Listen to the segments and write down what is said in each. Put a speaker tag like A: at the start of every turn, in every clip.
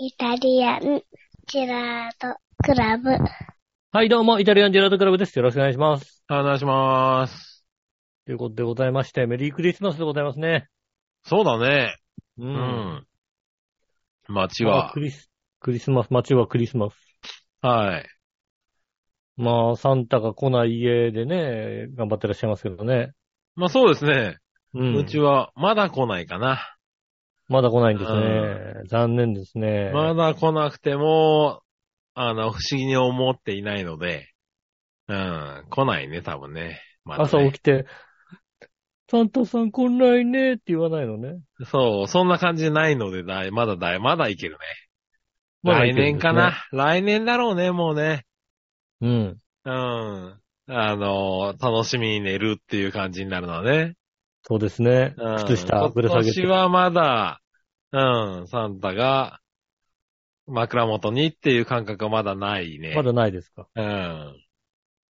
A: イタリアンジェラートクラブ。
B: はい、どうも、イタリアンジェラートクラブです。よろしくお願いします。
C: お願いします。
B: ということでございまして、メリークリスマスでございますね。
C: そうだね。
B: う。
C: うんん。街
B: まあ
C: は
B: ク。リス、クリスマス、街はクリスマス。
C: はい。
B: まあ、サンタが来ない家でね、頑張ってらっしゃいますけどね。
C: まあそうですね。
B: う。
C: うんちは、まだ来ないかな。
B: まだ来ないんですね。残念ですね。
C: まだ来なくても、あの、不思議に思っていないので、うん、来ないね、多分ね。まだね
B: 朝起きて、サンタさん来ないねって言わないのね。
C: そう、そんな感じないので、だいまだだい、まだいけるね。
B: まだ
C: 来
B: いけるん
C: 年
B: ですね
C: かな、。来年だろうね、もうね。
B: うん。
C: うん。あの、楽しみに寝るっていう感じになるのはね。
B: そうですね
C: うん。
B: 靴下ぶら下げ
C: 今年
B: て。
C: はまだ、うん、サンタが枕元にっていう感覚はまだないね。
B: まだないですか。
C: うん。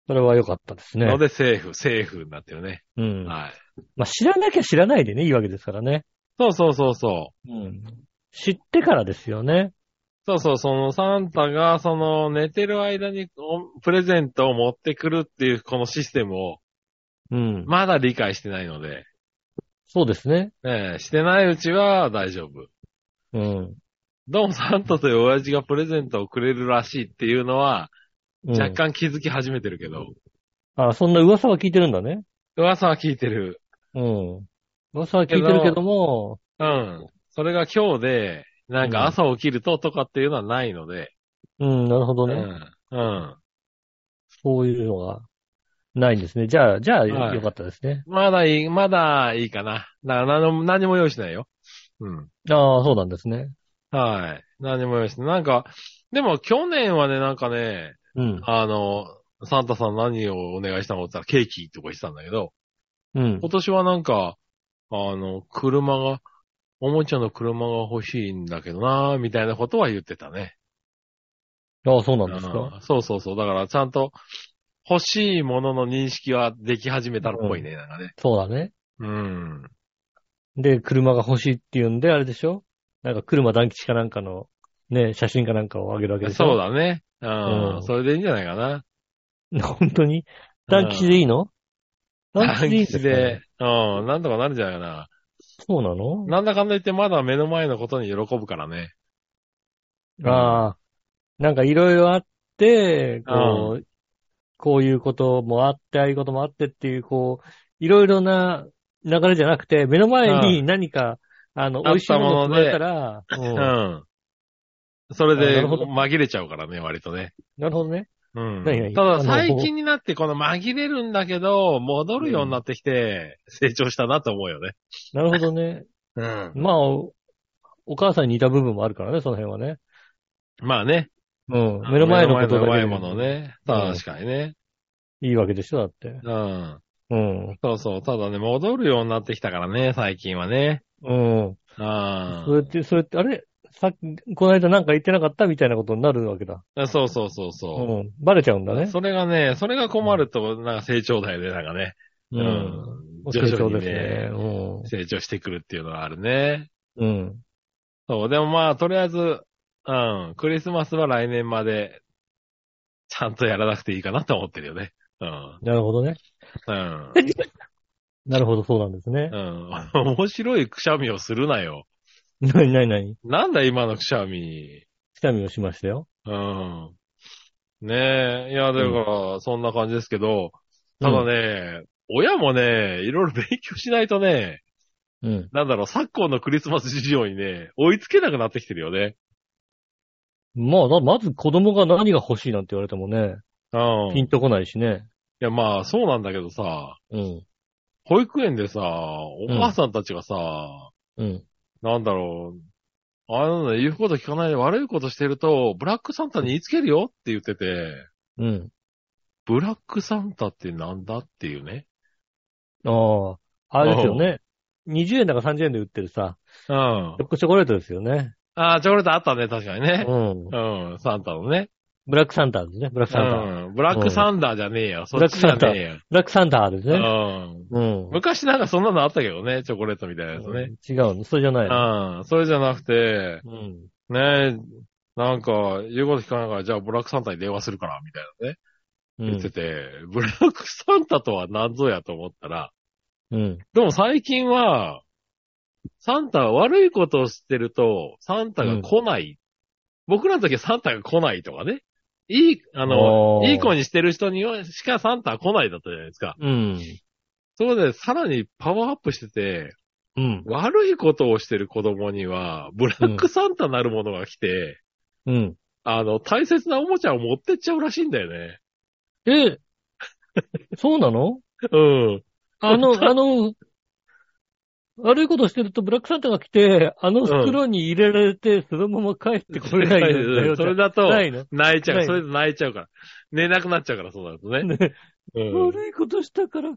B: それは良かったですね
C: の。で、セーフ、セーフになってるね。
B: うん。
C: はい。
B: まあ、知らなきゃ知らないでね、いいわけですからね。
C: そうそうそうそう。
B: うん。知ってからですよね。
C: そうそう、そのサンタが、その寝てる間におプレゼントを持ってくるっていうこのシステムを
B: うん。
C: まだ理解してないので、
B: そうですね。
C: ええしてないうちは大丈夫。
B: うん。
C: どうもサンタという親父がプレゼントをくれるらしいっていうのは、
B: うん
C: 若干気づき始めてるけど、
B: あ、そんな噂は聞いてるんだね。
C: 噂は聞いてる。
B: うん。噂は聞いてるけども、
C: うん。それが今日で、なん
B: うん
C: か朝起きるととかっていうのはないので。
B: うん、なるほど
C: う
B: ね。
C: ん。うん。
B: そういうのがないんですね。じゃあ、じゃあ、
C: はい
B: よかったですね。
C: まだいい、まだいいかな。な、何も、何も用意しないよ。うん。
B: ああ、そうなんですね。
C: はい。何も用意しない。なんか、でも去年はね、なんかね、
B: うん。
C: あの、サンタさん何をお願いしたのって言ったらケーキとか言ってたんだけど、
B: うん
C: 今。年はなんか、あの、車が、おもちゃの車が欲しいんだけどなみたいなことは言ってたね。
B: ああ、そうなんですか。
C: うんそうそうそう。だから、ちゃんと、欲しいものの認識はでき始めたっぽいね、なんかね。
B: そうだね。
C: うん。
B: で、車が欲しいって言うんで、あれでしょなんか、車団吉かなんかの、ね、写真かなんかをあげるわけでしょ
C: そう。だね。うん。
B: うん
C: それでいいんじゃないかな。
B: 本当に団吉でいいの団吉でいいんですかね
C: で、うん、なんとかなるんじゃないかな。
B: そうなの
C: なんだかんだ言って、まだ目の前のことに喜ぶからね。
B: ああ、なんかいろいろあって、こう、こういうこともあって、ああいうこともあってっていう、こう、いろいろな流れじゃなくて、目の前に何か、あの、美
C: あっ
B: 味しい
C: た
B: も
C: も
B: の
C: の
B: を
C: で
B: 食べたら、う
C: うんん。それ
B: あな
C: で、
B: るほど
C: 紛れちゃうからね、割とね。
B: なるほどね。
C: うん。
B: 何々
C: た
B: あの
C: だ、最近になって、この紛れるんだけど、戻るようになってきて、成長したなと思うよね。
B: なるほどね。
C: うん。
B: まあ、おお母さんに似た部分もあるからね、その辺はね。
C: まあね。
B: うん。目の前のこと
C: 目の
B: だ
C: 前
B: け
C: のもの
B: で
C: ね。確かにね。
B: いいわけでしょ、だって。
C: うん。
B: うん。
C: そうそう。ただね、戻るようになってきたからね、最近はね。
B: うん。
C: あ
B: それって、それって、あれさっき、この間なんか言ってなかったみたいなことになるわけだ。
C: あ。そうそうそう
B: う
C: そ
B: ん。バレちゃうんだ
C: う、
B: ね。
C: それがね、それが困ると、なんか成長だよね、なんかね。
B: う。
C: うんん。
B: 成
C: 徐
B: 長で
C: 々に
B: す
C: ね
B: ね。、うん
C: 成長してくるっていうのはあるね。
B: うん。
C: そう。でもまあ、とりあえず、うん。クリスマスは来年まで、ちゃんとやらなくていいかなと思ってるよね。うん。
B: なるほどね。
C: うん。
B: なるほど、そうなんですね
C: う。ん。 面白いくしゃみをするなよ。
B: なになになに
C: なんだ今のくしゃみ。
B: くしゃみをしましたよ。
C: うん。ねえ。いや、だから、そんな感じですけど、ただね、親もね、いろいろ勉強しないとね、
B: うん。
C: なんだろう、昨今のクリスマス事情にね、追いつけなくなってきてるよね。
B: まあ、なまず子供が何が欲しいなんて言われてもね、
C: うん。
B: ピ
C: い
B: ンとこないしね。
C: や、まあ、そうなんだけどさ、
B: うん。
C: 保育園でさ、お母さんたちがさ、
B: うん。
C: なんだろう、あれなんだ、言うこと聞かないで悪いことしてると、ブラックサンタに言いつけるよって言ってて、
B: うん。
C: ブラックサンタってなんだっていうね。
B: ああ、あれですよね。20円だか30円で売ってるさ、
C: うん。
B: チョコチョコレートですよね。
C: ああ、チョコレートあったね、確かにね。
B: うん。
C: うん、サンタのね。
B: ブラックサンダーですね、ブラックサンダー。ブ
C: うん。ブラックサンダーじゃねえよ。そ
B: ブラ
C: っ
B: ック
C: ちじ
B: サ
C: ゃ
B: ンダー
C: ね
B: ラックサンダーです
C: えよ。
B: ね。
C: うん。
B: う
C: 昔なんかそんなのあったけどね、チョコレートみたいなやつ
B: ん。
C: ね。
B: 違うの、それじゃないの。
C: うん。それじゃなくて、
B: うん。
C: ねえ、なんか、言うこと聞かないから、じゃあブラックサンタに電話するから、みたいなね。
B: うん
C: 言ってて、ブラックサンタとは何ぞやと思ったら、
B: うん。
C: でも最近は、サンタは悪いことをしてると、サンタが来ない。僕らの時はサンタが来ないとかね。いい、あの
B: お、ー
C: いい子にしてる人にはしかサンタは来ないだったじゃないですか。
B: うん。
C: そこでさらにパワーアップしてて、
B: うん。
C: 悪いことをしてる子供には、ブラックサンタなるものが来て、
B: うん。
C: あの、大切なおもちゃを持ってっちゃうらしいんだよね。
B: え、そうなの
C: うん。
B: あの、あの、悪いことしてるとブラックサンタが来て、あの袋に入れられて、そのまま返してこれないのだよ。
C: それだと、
B: ないの。
C: 泣いちゃ
B: な
C: う。
B: い
C: それで泣いちゃうから。寝なくなっちゃうから、そうなるとね。
B: ね
C: うん。
B: 悪いことしたから、連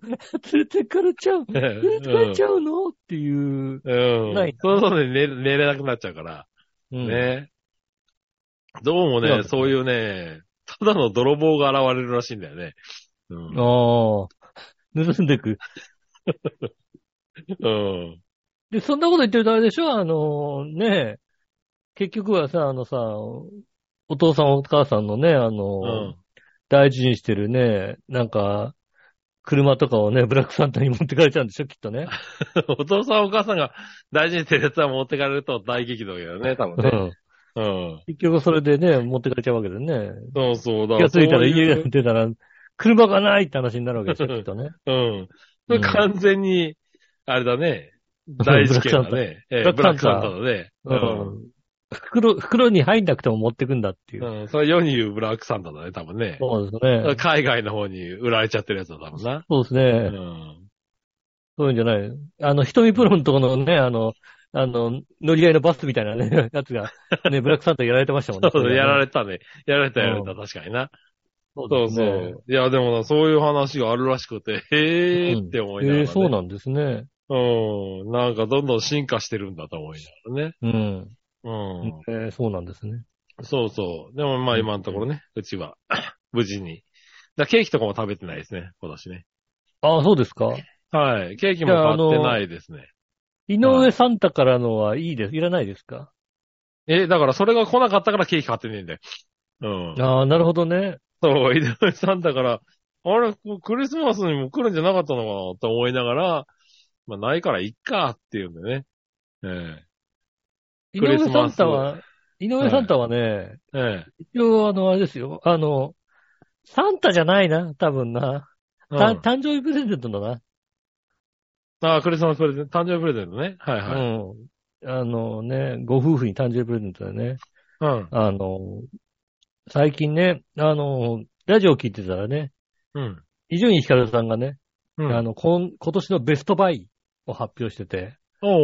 B: れてかれちゃう。連れてかれちゃうのっていう。
C: うん。
B: ない
C: そうそうね、寝寝れなくなっちゃうから。
B: ね。
C: ね。どう
B: そ
C: も
B: うなん
C: ね、
B: だ
C: そういうね、ただの泥棒が現れるらしいんだよね。うん。
B: ああ。盗んでく。
C: うん。
B: で、そんなこと言ってるとあれでしょあの、ねえ結局はさ、あのさ、お父さんお母さんのね、あ
C: う
B: の、
C: ん。
B: 大事にしてるね、なんか、車とかをね、ブラックサンタに持ってかれちゃうんでしょきっと ね。
C: お父さんお母さんが大事にしてるやつは持ってかれると大激怒だよね、多分ね。うん。
B: 結局それでね、持ってかれちゃうわけでね。
C: そうそう、だ
B: 気がついたら家
C: そう
B: が
C: う
B: 出たら、車がないって話になるわけでしょきっとね。
C: うん。
B: うん
C: 完全に、あれだね、大事件だね。ええブ
B: ブ
C: ラ
B: ラ
C: ッ
B: ック
C: クサ
B: サ
C: ン
B: ン
C: タ
B: タ
C: だね。
B: うん袋、袋に入んなくても持ってくんだっていう。
C: うん。それ世に言うブラックサンタだね、多分ね。
B: そうですね。
C: 海外の方に売られちゃってるやつだ、多分な。
B: そうですね。
C: うん。
B: そういうんじゃない。あの、瞳プロのところのね、あの、あの、乗り合いのバスみたいなね、 やつが、ね、ブラックサンタやられてましたもん
C: そ
B: ね。
C: うそう、やら
B: れ
C: れたね。やられた、やられた、
B: う
C: 確かにな。
B: そう
C: そう
B: です
C: そ
B: ね
C: う。いや、でもな、そういう話があるらしくて、へーって思いながら、
B: え
C: ね
B: えそうなんですね。
C: うん。なんか、どんどん進化してるんだと思いながらね。
B: うん。
C: うん。
B: ええそうなんですね。
C: そうそう。でも、まあ、今のところね、うちは、 無事に。だケーキとかも食べてないですね、今年ね。
B: ああ、そうですか。
C: はい。ケーキも
B: いやあ
C: 買
B: の
C: ってないですね。
B: 井上サンタからのはいいです。いらないですか
C: え、だから、それが来なかったからケーキ買ってねえんだよ。うん。
B: ああ、なるほどね。
C: そう、井上さんだから、あれ、こうクリスマスにも来るんじゃなかったのかなと思いながら、まあ、ないからいっかっていうんでね。え
B: 井
C: クリ
B: 上
C: ス
B: サ
C: マ
B: ン
C: ス
B: タは、井上サンタはね、
C: ええ
B: 一応あの、あれですよ。あの、サンタじゃないな、多分な。
C: え。
B: た
C: うん
B: 誕生日プレゼントだな。
C: ああ、クリスマスプレゼント、誕生日プレゼントね。はいはい。
B: うん。あのね、ご夫婦に誕生日プレゼントでね、
C: うん。
B: あの、最近ね、あの、ラジオ聞いてたらね、
C: うん。
B: 伊集院光さんがね、
C: うん。
B: あの、こん今年のベストバイを発表してて、
C: おう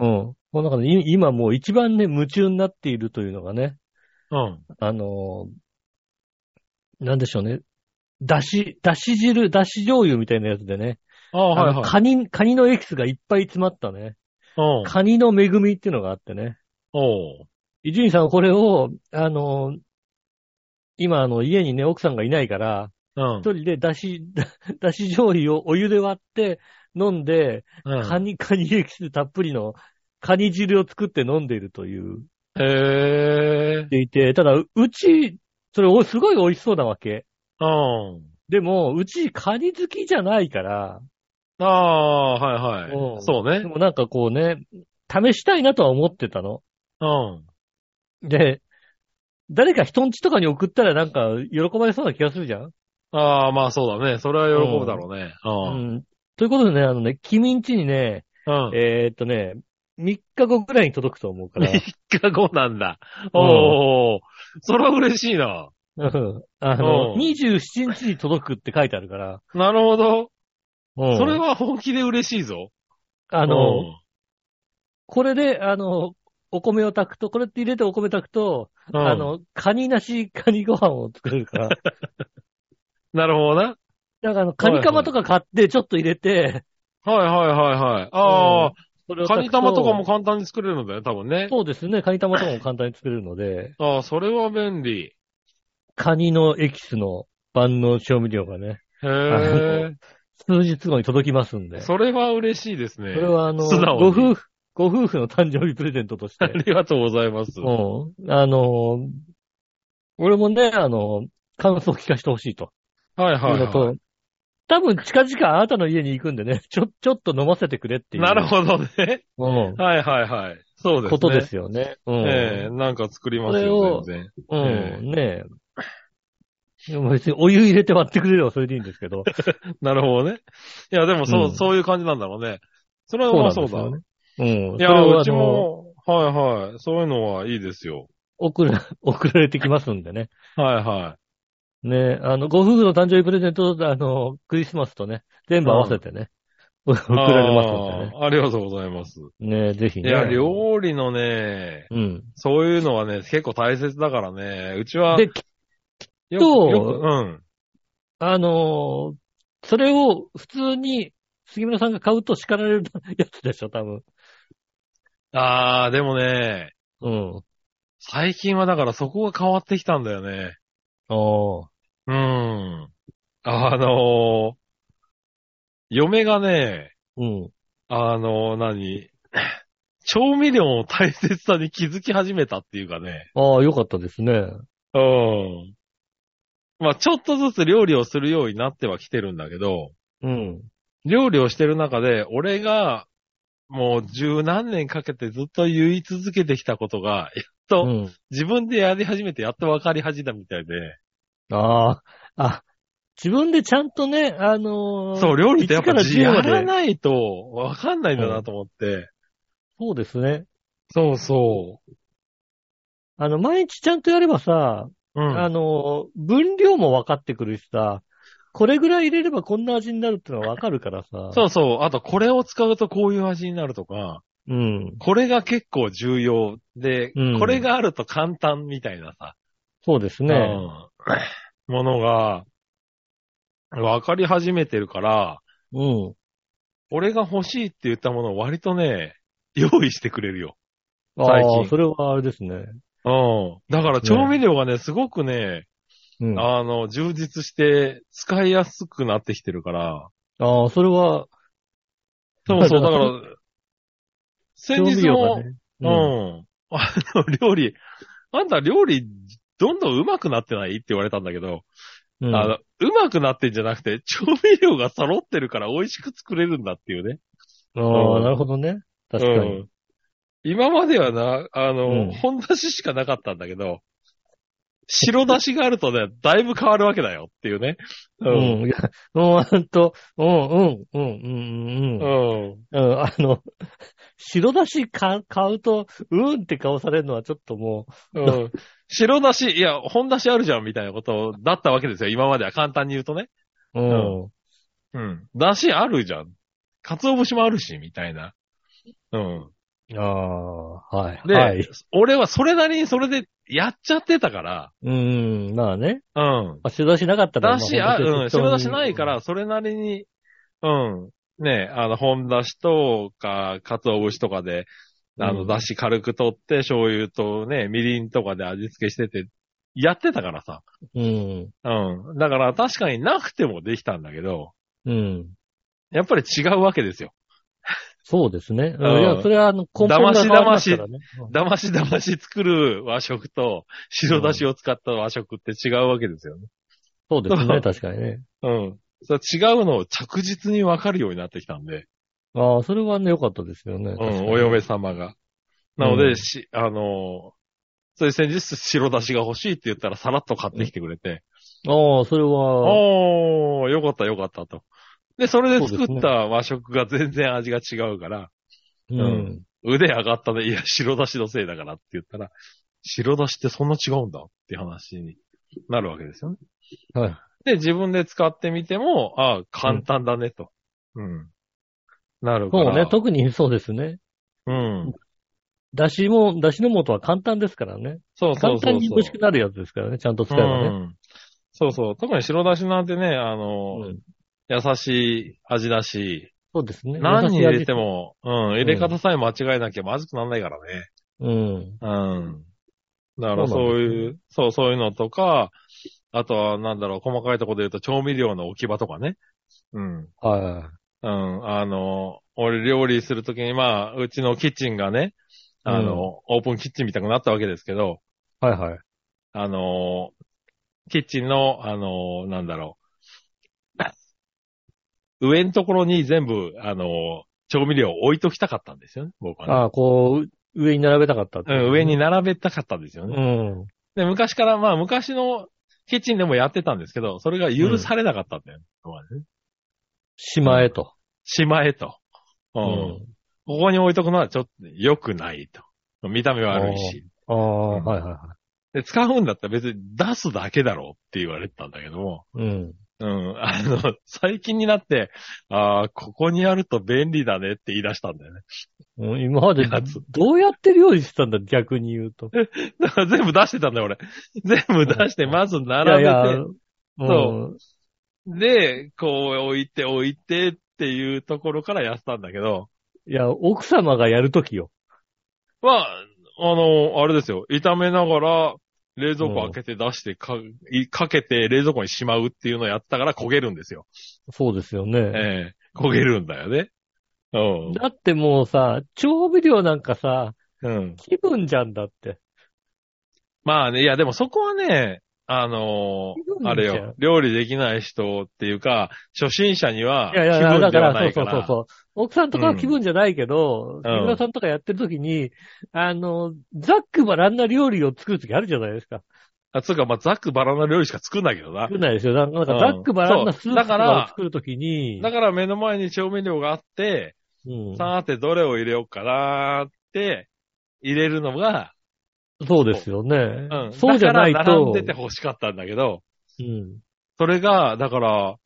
B: うん。この中でい今もう一番ね、夢中になっているというのがね、
C: うん。
B: あの、なんでしょうね、だし、だし汁、だし醤油みたいなやつでね、
C: ああ、はい
B: あの
C: はい。
B: カニ、カニのエキスがいっぱい詰まったね、
C: おう
B: カニの恵みっていうのがあってね、
C: おう
B: 伊集院さん、これを、あの、今、あの、家にね、奥さんがいないから、
C: うん
B: 一。人でだし、 だし醤油をお湯で割って飲んで、
C: うん
B: カニ、 カニエキスたっぷりのカニ汁を作って飲んでいるという、
C: へえ。
B: でいて、ただ、ううち、それお、すごい美味しそうなわけ。
C: うん。
B: でも、うち、カニ好きじゃないから、
C: ああ、はいは
B: うん
C: い。そうね
B: で。もなんかこうね、試したいなとは思ってたの。
C: うん。
B: で、誰か人ん家とかに送ったらなんか喜ばれそうな気がするじゃん
C: ああ、まあそうだね。それは喜ぶだろうね。
B: う
C: うん。
B: んということでね、あのね、君んちにね、
C: うん。
B: えーっとね、3日後くらいに届くと思う から、
C: 3日後なんだ。おー、それは嬉しいな。
B: うんあの、
C: うん
B: 27日に届くって書いてあるから、
C: なるほど。
B: そ
C: それ、は本気で嬉しいぞ。
B: あ
C: あ
B: の、これで、あの、お米を炊くと、これって入れてお米炊くと、あ
C: あの、
B: の、カニなしカニご飯を作れる から、
C: なるほどな。
B: だからあの、カニカマとか買って、ちょっと入れて、
C: はいはいはいはい。あ
B: それ
C: あ、
B: を
C: カ
B: 炊
C: ニ
B: くと
C: 玉とかも、簡単に作れるのだよ、多分ね。
B: そうですね、カニ玉とかも簡単に作れるので、
C: ああ、それは便利。
B: カニのエキスの万能調味料がね、
C: へえ。
B: 数日後に届きますんで。
C: それは嬉しいですね。
B: これはあの、
C: 素直
B: ご
C: に
B: 夫婦、ご夫婦の誕生日プレゼントとし
C: あ
B: て。
C: りがとうございます。
B: うん。あの、俺もね、あの、感想を聞かせてほしいと。
C: はい
B: い
C: はい、
B: うのと
C: は
B: 多分近々あなたの家に行くんでね、ちょ、ちょっと飲ませてくれって
C: い。
B: いう。
C: なるほどね。
B: うん。
C: はいはいはい。そうですね。
B: ことですよね。うん。
C: ええなんか作ります
B: それを
C: よ、全然。
B: うん、ねえ。でも別にお湯入れて割ってくれればそれでいいんですけど。
C: なるほどね。いや、でもそう、
B: うん
C: そういう感じなんだろうね。 それはまあ
B: そ
C: そううだ。
B: なんですよね。うん。
C: いや
B: それはあの
C: うち。も、はいはい。そういうのはいいですよ。
B: 送ら、 送られてきますんでね。
C: はいは
B: ねえ、あの、ご夫婦の誕生日プレゼントと、あの、クリスマスとね、全部合わせてね、 送
C: い。
B: られますん
C: あーありがとうございます。
B: でね。ねえ、ぜひ
C: い
B: ね。
C: や、料理のね、
B: うん。
C: そういうのはね、結構大切だからね。うちは、
B: で、き
C: よ
B: と
C: く、よくうん。
B: あのーそれを普通に、杉村さんが買うと叱られるやつでしょ、多分。
C: ああ、でもね、
B: うん。
C: 最近はだからそこが変わってきたんだよね。
B: ああ。
C: うん。あのー嫁がね、
B: うん。
C: あのー何調味料の大切さに気づき始めたっていうかね。
B: ああ、よかったですね。
C: うん。まあ、ちょっとずつ料理をするようになってはきてるんだけど、
B: うん。
C: 料理をしてる中で、俺が、もう十何年かけてずっと言い続けてきたことが、やっ
B: う
C: と
B: ん。
C: 自分でやり始めてやっと分かり始めたみたいで、
B: ああ。あ、自分でちゃんとね、あのー
C: そう、料理ってやっぱ
B: 1から10
C: や
B: まで
C: らないと分かんないんだなと思って。
B: そうですね。
C: そうそ
B: あの、毎日ちゃんとやればさ、
C: う。うん。
B: あのー分量も分かってくるしさ、これぐらい入れればこんな味になるってのは分かるからさ。
C: そうそう。あと、これを使うとこういう味になるとか、
B: う。うん。
C: これが結構重要で、
B: うん
C: これがあると簡単みたいなさ、
B: そうです
C: う
B: ね。
C: んものが、分かり始めてるから、
B: うん。
C: 俺が欲しいって言ったものを割とね、用意してくれるよ。最
B: ああ、
C: 近
B: それはあれですね。
C: うん。だから調味料がね、すごくね、
B: うん。あ
C: あの、充実して使いやすくなってきてるから、
B: あー、それは、
C: そう そう、
B: だ
C: だ
B: か
C: からら、先日
B: が
C: も、
B: ね。
C: うん、あの、料理、あんた料理、どんどん上手くなってないって言われたんだけど、
B: うん。
C: あの、上手くなってんじゃなくて、調味料が揃ってるから美味しく作れるんだっていうね。
B: ああ、
C: うん
B: なるほどね。確か
C: う
B: に。
C: ん今まではな、あの、
B: うん
C: 本出ししかなかったんだけど、白出しがあるとね、だいぶ変わるわけだよっていうね。う。
B: うんん。いや、うん、ほんと、うん、うん、うん、うん、うん。
C: うん。
B: うん、あの、白だしか買うと、うんって顔されるのはちょっとも
C: うん。白出し、いや、本出しあるじゃんみたいなことだったわけですよ。今までは簡単に言うとね。
B: う、
C: ん
B: うん。
C: うん。だしあるじゃん。鰹節もあるし、みたいな。うん。
B: ああ、はい。
C: で、
B: はい。
C: 俺はそれなりにそれでやっちゃってたから、
B: うん、まあね。
C: うん。
B: まあ、白だしなかったら、
C: だし、あ、うん、それだしないか
B: うん
C: ら、それなりに、うん。ねあの、本だしとか、鰹節とかで、あ
B: う
C: の、
B: ん
C: だし軽く取って、醤油とね、みりんとかで味付けしてて、やってたからさ。
B: うん。
C: うん。だから確かになくてもできたんだけど、
B: うん。
C: やっぱり違うわけですよ。
B: そうですね。う
C: うん
B: ん、いや、それは、あの、根本が変わりますからね。
C: だましだまし作る和食と、白だしを使った和食って違うわけですよね。
B: そうです
C: そ
B: ね、
C: う
B: 確かにね。
C: うん。それは違うのを着実に分かるようになってきたんで、
B: ああ、それはね、良かったですよね。
C: う
B: 確か
C: ん、
B: に
C: お嫁様が。なので、
B: うん
C: し、あのーそれ先日白だしが欲しいって言ったらさらっと買ってきてくれて、
B: ああ、それは、
C: おー、よかったよかったと。で、それで
B: そうです
C: 作
B: ね
C: った和食が全然味が違うから、
B: うん。
C: 腕上がったね、いや、白だしのせいだからって言ったら、白だしってそんな違うんだって話になるわけですよね。
B: はい。
C: で、自分で使ってみても、ああ、簡単だねと。うん。なるか
B: そう
C: ら。
B: ね、特にそうですね。
C: うん。
B: だしも、だしの素は簡単ですからね。
C: そうそ
B: 簡
C: うそうそ
B: 単
C: う。
B: に美味しくなるやつですからね、ちゃんと使えば
C: う
B: ね。
C: ん。そうそう。特に白だしなんてね、あの、
B: うん
C: 優しい味だし、
B: そうですね。
C: 何に
B: 優しい味
C: 入れて。も、うん、入れ方さえ間違えなきゃまずくならないからね。
B: うん。
C: うん。だか
B: そうなん
C: らそう
B: ですね
C: いう、そう、そういうのとか、あとはなんだろう、細かいところで言うと調味料の置き場とかね。うん。
B: は
C: うん、あの、俺料理するときに、まあ、うちのキッチンがね、あの、オープンキッチンみたくなったわけですけど、
B: はいはい。
C: あの、キッチンの、あの、なんだろう。上のところに全部、あの、調味料を置いときたかったんですよね、僕はね。
B: ああ、こう、上に並べたかったってこ
C: う
B: とね
C: ん、上に並べたかったんですよね。
B: うん。
C: で、昔から、まあ、昔のキッチンでもやってたんですけど、それが許されなかったんだよね。僕はね
B: しまえと。
C: しまえと。う。
B: うん
C: ここに置いとくのはちょっと良くないと。見た目悪いし。
B: ああ、
C: うん
B: はいはいは
C: で、使うんだったら別に出すだけだろうって言われてたんだけども。
B: い。うん。
C: うん。あの、最近になって、ああ、ここにあると便利だねって言い出したんだよね。
B: うん今まで
C: やつ
B: どうやって料理してたんだ、逆に言うと。
C: だから全部出してたんだよ、俺。全部出して、まず並べて、
B: いやいや、
C: そ
B: ん。
C: で、こう置いて置いてっていうところからやったんだけど、
B: いや、奥様がやるときよ。
C: まあ、あの、あれですよ。炒めながら、冷蔵庫開けて出してか、いかけて冷蔵庫にしまうっていうのをやったから焦げるんですよ。
B: そうですよね。
C: ええ焦げるんだよね。うん。
B: だってもうさ、調味料なんかさ、
C: うん。
B: 気分じゃんだって。
C: まあね、いやでもそこはね、あの
B: 気分じ
C: ー
B: ゃん
C: あれよ、料理できない人っていうか、初心者にはい気
B: やいや、
C: 分
B: だ
C: で
B: か
C: は
B: ら、
C: ない
B: そ
C: か
B: うそうそう
C: ら。
B: そう。奥さんとかは気分じゃないけど、木、
C: うん
B: 村、さんとかやってるときに、あの、ざっくばらんな料理を作るときあるじゃないですか。
C: あ、つうか、まあ、ざっくばらの料理しか作んないけどな
B: 作。んないですよ。なんか、ざっくばらんなスープとかを作るときに、
C: だから目の前に調味料があって、
B: うん
C: さーてどれを入れようかなーって、入れるのが、
B: そうですよね。
C: うん。
B: そうじゃない
C: だから並
B: と
C: ん、でて欲しかったんだけど、
B: うん、
C: それが、だから、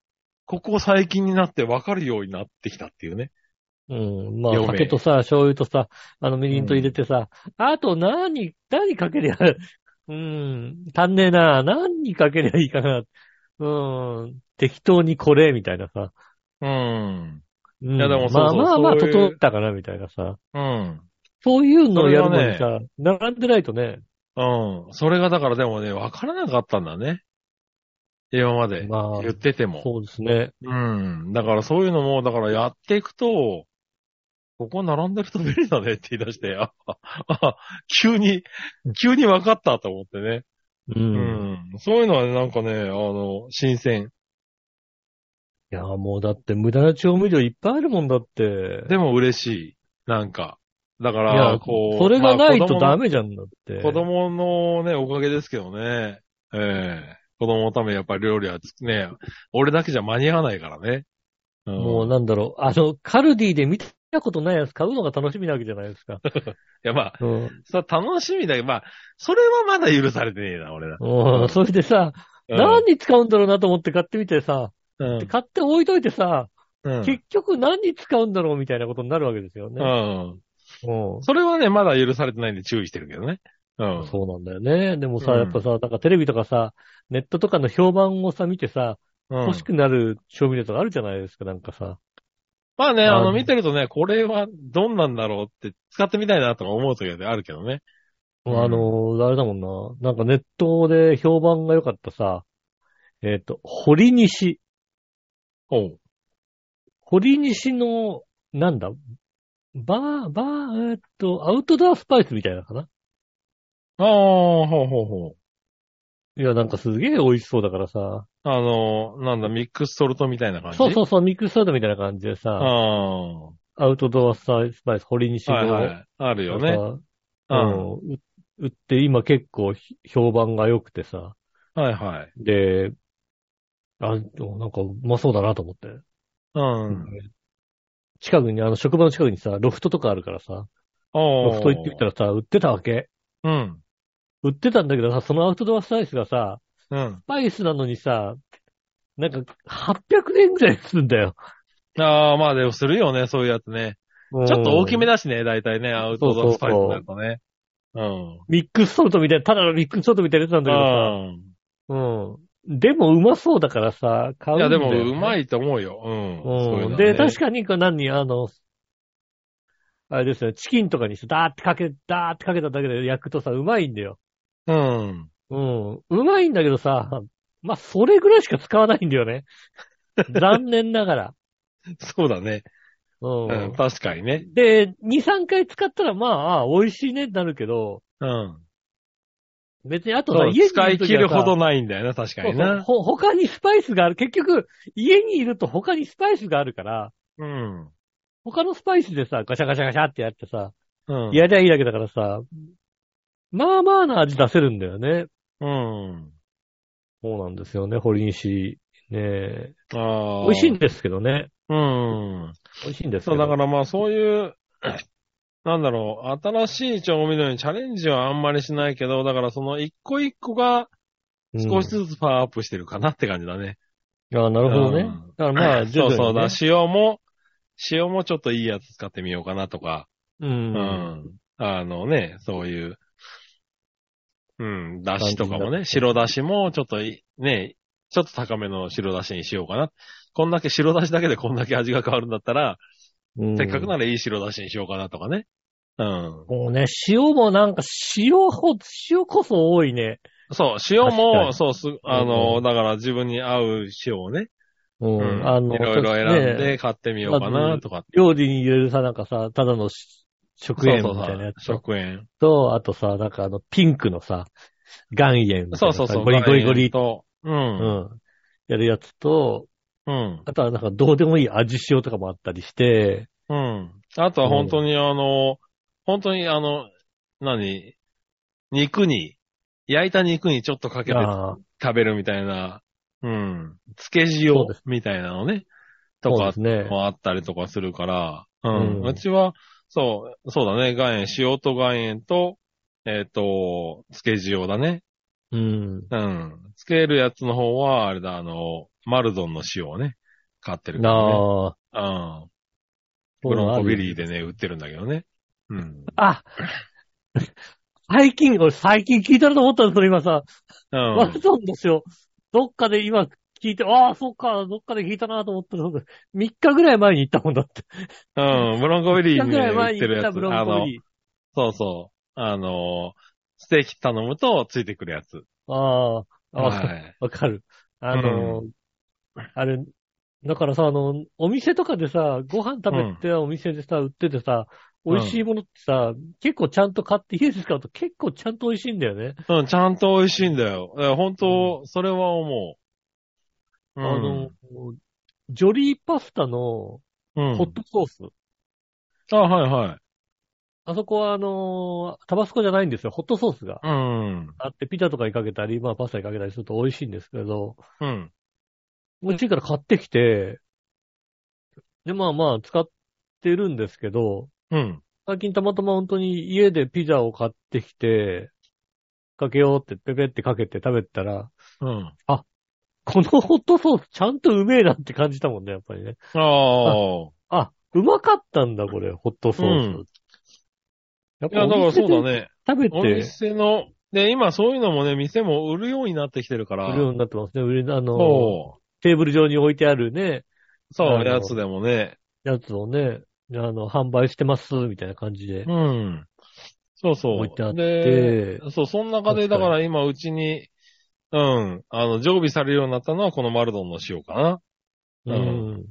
C: ここ最近になって分かるようになってきたっていうね。
B: うん。まあ、
C: 嫁
B: 酒とさ、醤油とさ、あの、みりんと入れてさ、あと何、何かけりゃ、うん、足んねえな、何かけりゃいいかな、うん、適当にこれ、みたいなさ。
C: うん。
B: うん、
C: いやでもそうそう
B: まあまあまあ、
C: そういう
B: 整ったかな、みたいなさ。
C: うん。
B: そういうのをやるのに
C: そ
B: さ、並んでないとね、
C: うん。それがだからでもね、分からなかったんだね。今まで。
B: まあ、
C: 言ってても。
B: そうですね。
C: うん。だからそういうのも、だからやっていくと、ここ並んでると便利だねって言い出して、あ、あ急に、急に分かったと思ってね。
B: う。
C: うんん。そういうのはね、なんかね、あの、新鮮。
B: いや、もうだって無駄な調味料いっぱいあるもんだって。
C: でも嬉しい。なんか。だか
B: いや
C: ら、、こう。
B: それがないと
C: まあ
B: ダメじゃんだって。
C: 子供の子供のね、おかげですけどね。ええ子供のためにやっぱり料理はつね、俺だけじゃ間に合わないからね。うん
B: もうなんだろう、あの、カルディで見たことないやつ買うのが楽しみなわけじゃない ですか。
C: いや、まあ、
B: うん。
C: さ、楽しみだけど、まあ、それはまだ許されてねえな、俺ら。
B: うんそれでさ、
C: うん
B: 何に使うんだろうなと思って買ってみてさ、
C: うん
B: で買って置いといてさ、
C: うん
B: 結局何に使うんだろうみたいなことになるわけですよね。
C: うん。
B: うん
C: それはね、まだ許されてないんで注意してるけどね。うん。
B: そうなんだよね。でもさ、
C: うん
B: やっぱさ、なんかテレビとかさ、ネットとかの評判をさ、見てさ、
C: うん
B: 欲しくなる調味料とかあるじゃないですか、なんかさ。
C: まあね、あ
B: あ
C: の、
B: の
C: 見てるとね、これはどんなんだろうって使ってみたいなとか思う時はあるけどね。うん
B: あの、あれだもんな。なんかネットで評判が良かったさ、えっ、と、堀西。
C: おう。
B: 堀西の、なんだ、バー、バー、えーっと、アウトドアスパイスみたいなのかな
C: ああ、ほうほうほう。
B: いや、なんかすげえ美味しそうだからさ。
C: あの、なんだ、ミックスソルトみたいな感じ。
B: そうそううそう、ミックスサードみたいな感じでさ、
C: あ
B: アウトドアスパイス、堀西
C: あ。
B: の、
C: はいはい。あるよね。
B: なんか
C: う
B: あ
C: ん。
B: の、う売って今結構ひ評判が良くてさ。
C: はいはい。
B: で、あ、なんかうまそうだなと思って。
C: うん。
B: 近くに、あの、職場の近くにさ、ロフトとかあるからさ、
C: お
B: ロフト行ってきたらさ、売ってたわけ。
C: うん。
B: 売ってたんだけどさ、そのアウトドアスパイスがさ、
C: うん
B: ス。パイスなのにさ、なんか800円ぐらいするんだよ。
C: ああ、まあでもするよね、そういうやつね。
B: ちょ
C: ちょっと大きめ
B: だ。
C: だしね、大体ね、アウトドアスパイスになるとね。うん。
B: ミックスソルトみたいな、ただのミックスソルトみたいなやつなんだけど
C: あ
B: さ。うん。でもうまそうだからさ、買
C: あ。
B: う
C: い
B: んだ
C: や、
B: よ、
C: でも、うま
B: い。
C: いと思うよ。うん。そういう
B: うん。
C: の
B: で、
C: ね
B: 確かに、これ何、あの、あれですよ、チキンとかにさ、ダーってかけ、ダーってかけただけで焼くとさ、うまいんだよ。
C: うん。
B: うん。うまいんだけ どさ、まあ、それぐらいしか使わないんだよね。残念ながら。
C: そうだね。
B: う
C: うん、
B: ん。
C: 確かにね。
B: で、2、3回使ったら、まあ、あ美味しいねってなるけど、
C: うん。
B: 別にあと
C: そ
B: さ、
C: う
B: 家にいる時は
C: 使
B: さ
C: い切るほどないんだよな、確か
B: そう
C: に
B: そう
C: な。
B: ほ他にスパイスがある。結局、家にいると他にスパイスがあるから、
C: うん。
B: 他のスパイスでさ、ガシャガシャガシャってやってさ、
C: うん。
B: やりゃいいだけだからさ、まあまあな味出せるんだよね。
C: うん。
B: そうなんですよね、堀西。ねえ
C: ああ。
B: 美味しいんですけどね。
C: うん。
B: 美味しいんですけ
C: そう、
B: ど。
C: だからまあそういう、 なんだろう、新しい調味料にチャレンジはあんまりしないけど、だからその一個一個が
B: うん、
C: 少しずつパワーアップしてるかなって感じだね。
B: ああ、なるほどね。
C: うん
B: だからま あ、徐々
C: そう
B: に、ね。
C: そうだ、塩も、塩もちょっといいやつ使ってみようかなとか、
B: う。
C: うんん。あのね、そういう、うん、だしと
B: 感
C: かも
B: じだった
C: ね、白だしもちょっといね、ちょっと高めの白だしにしようかな。こんだけ白だしだけでこんだけ味が変わるんだったら、
B: うん
C: せっかくならいい白だしにしようかなとかね。うん。
B: もうね、塩もなんか、塩ほ、塩こそ多いね。
C: そう、塩
B: 確か
C: も、
B: に
C: そうす、あの、だから自分に合う塩をね、
B: う。
C: うん
B: あの、
C: いろいろ選ん
B: ね
C: で買ってみようかなとかって。
B: 料理に入れるさ、なんかさ、ただのし食塩み
C: そう
B: た
C: そ
B: いなや
C: う
B: つ
C: そう
B: と、
C: 食塩。
B: とあとさ、なんかあの、ピンクのさ、岩塩みたい
C: そ
B: なさ
C: うそうそう。
B: ゴリゴリゴ
C: 岩
B: リ
C: 塩、と。う。
B: うんん、やるやつと、
C: うん。
B: あとはなんかどうでもいい味塩とかもあったりして、
C: うん。あとは本当にあの、本当にあの、何肉に、焼いた肉にちょっとかけて
B: あー
C: 食べるみたいな、うん。つけ塩
B: そうです
C: みたいなのね。
B: そ
C: と
B: うで
C: か
B: すね。
C: もあったりとかするから、う
B: うん
C: ん。うちは、そう、そうだね、岩塩、塩と岩塩と、えっ、と、つけ塩だね。
B: うん。
C: うん。つけるやつの方は、あれだ、あの、マルゾンの塩をね、買ってるか
B: な
C: らね。
B: あ、
C: うん。
B: そ
C: ブ
B: ういう
C: ロ
B: の
C: ン
B: あ
C: コ
B: る
C: ビリーでね、売ってるんだけどね。うん。
B: あ 最近、俺最近聞いたなと思ったんですよ、今さ。
C: う
B: マル
C: ん。
B: ゾンですよ。どっかで今聞いて、ああ、そっか、どっかで聞いたなと思ったら、3日ぐらい前に行ったもんだって。
C: うん。ブロンコビリー
B: 3日
C: に
B: ぐ
C: ね、
B: らい
C: 売
B: 前
C: っ
B: に
C: てる
B: 行っ
C: や
B: た
C: つ。
B: ブ
C: あ
B: ロンコ
C: の
B: リ、ー。
C: そうそう。あの、ステーキ頼むとついてくるやつ。
B: ああ、ああ
C: はい。
B: わかる。あの、あれ、だからさ、あの、お店とかでさ、ご飯食べて、お店でさ、売っててさ、
C: うん
B: 美味しいものってさ、結構ちゃんと買って、家で使うと結構ちゃんと美味しいんだよね。
C: うん、ちゃんと美味しいんだよ。え本当、それは思う。うん、
B: あの、ジョリーパスタのホ
C: うん、
B: ットソース。
C: あ、はいはい。
B: あそこはあのータバスコじゃないんですよ。ホットソースが
C: うん。
B: あって、ピザとかにかけたり、まあパスタにかけたりすると美味しいんですけど、
C: うん。
B: 美味しいから買ってきて、で、まあまあ使ってるんですけど、
C: うん。
B: 最近たまたま本当に家でピザを買ってきて、かけようってペペってかけて食べたら、
C: うん。
B: このホットソースちゃんとうめえなって感じたもんね、やっぱりね。
C: ああ。
B: あ、うまかったんだ、これ、ホットソース。
C: うん
B: やっ
C: いや、
B: お
C: だから
B: 店
C: そ
B: で
C: うだね。
B: 食べ
C: お
B: て、
C: 店の、で、今そういうのもね、店も売るようになってきてるから。
B: 売るようになってますね。売れ、あのー、
C: そ
B: テーブル上に置いてあるね、
C: う。そ
B: あ
C: う、
B: の
C: やつでもね。
B: やつをね、あの、販売してます、みたいな感じで。
C: うん。そうそう。
B: 置いてあって
C: で、そう、その中で、
B: 確か
C: だ
B: に
C: から今うちに、うん、あの、常備されるようになったのはこのマルドンの塩かな。
B: う。
C: うんん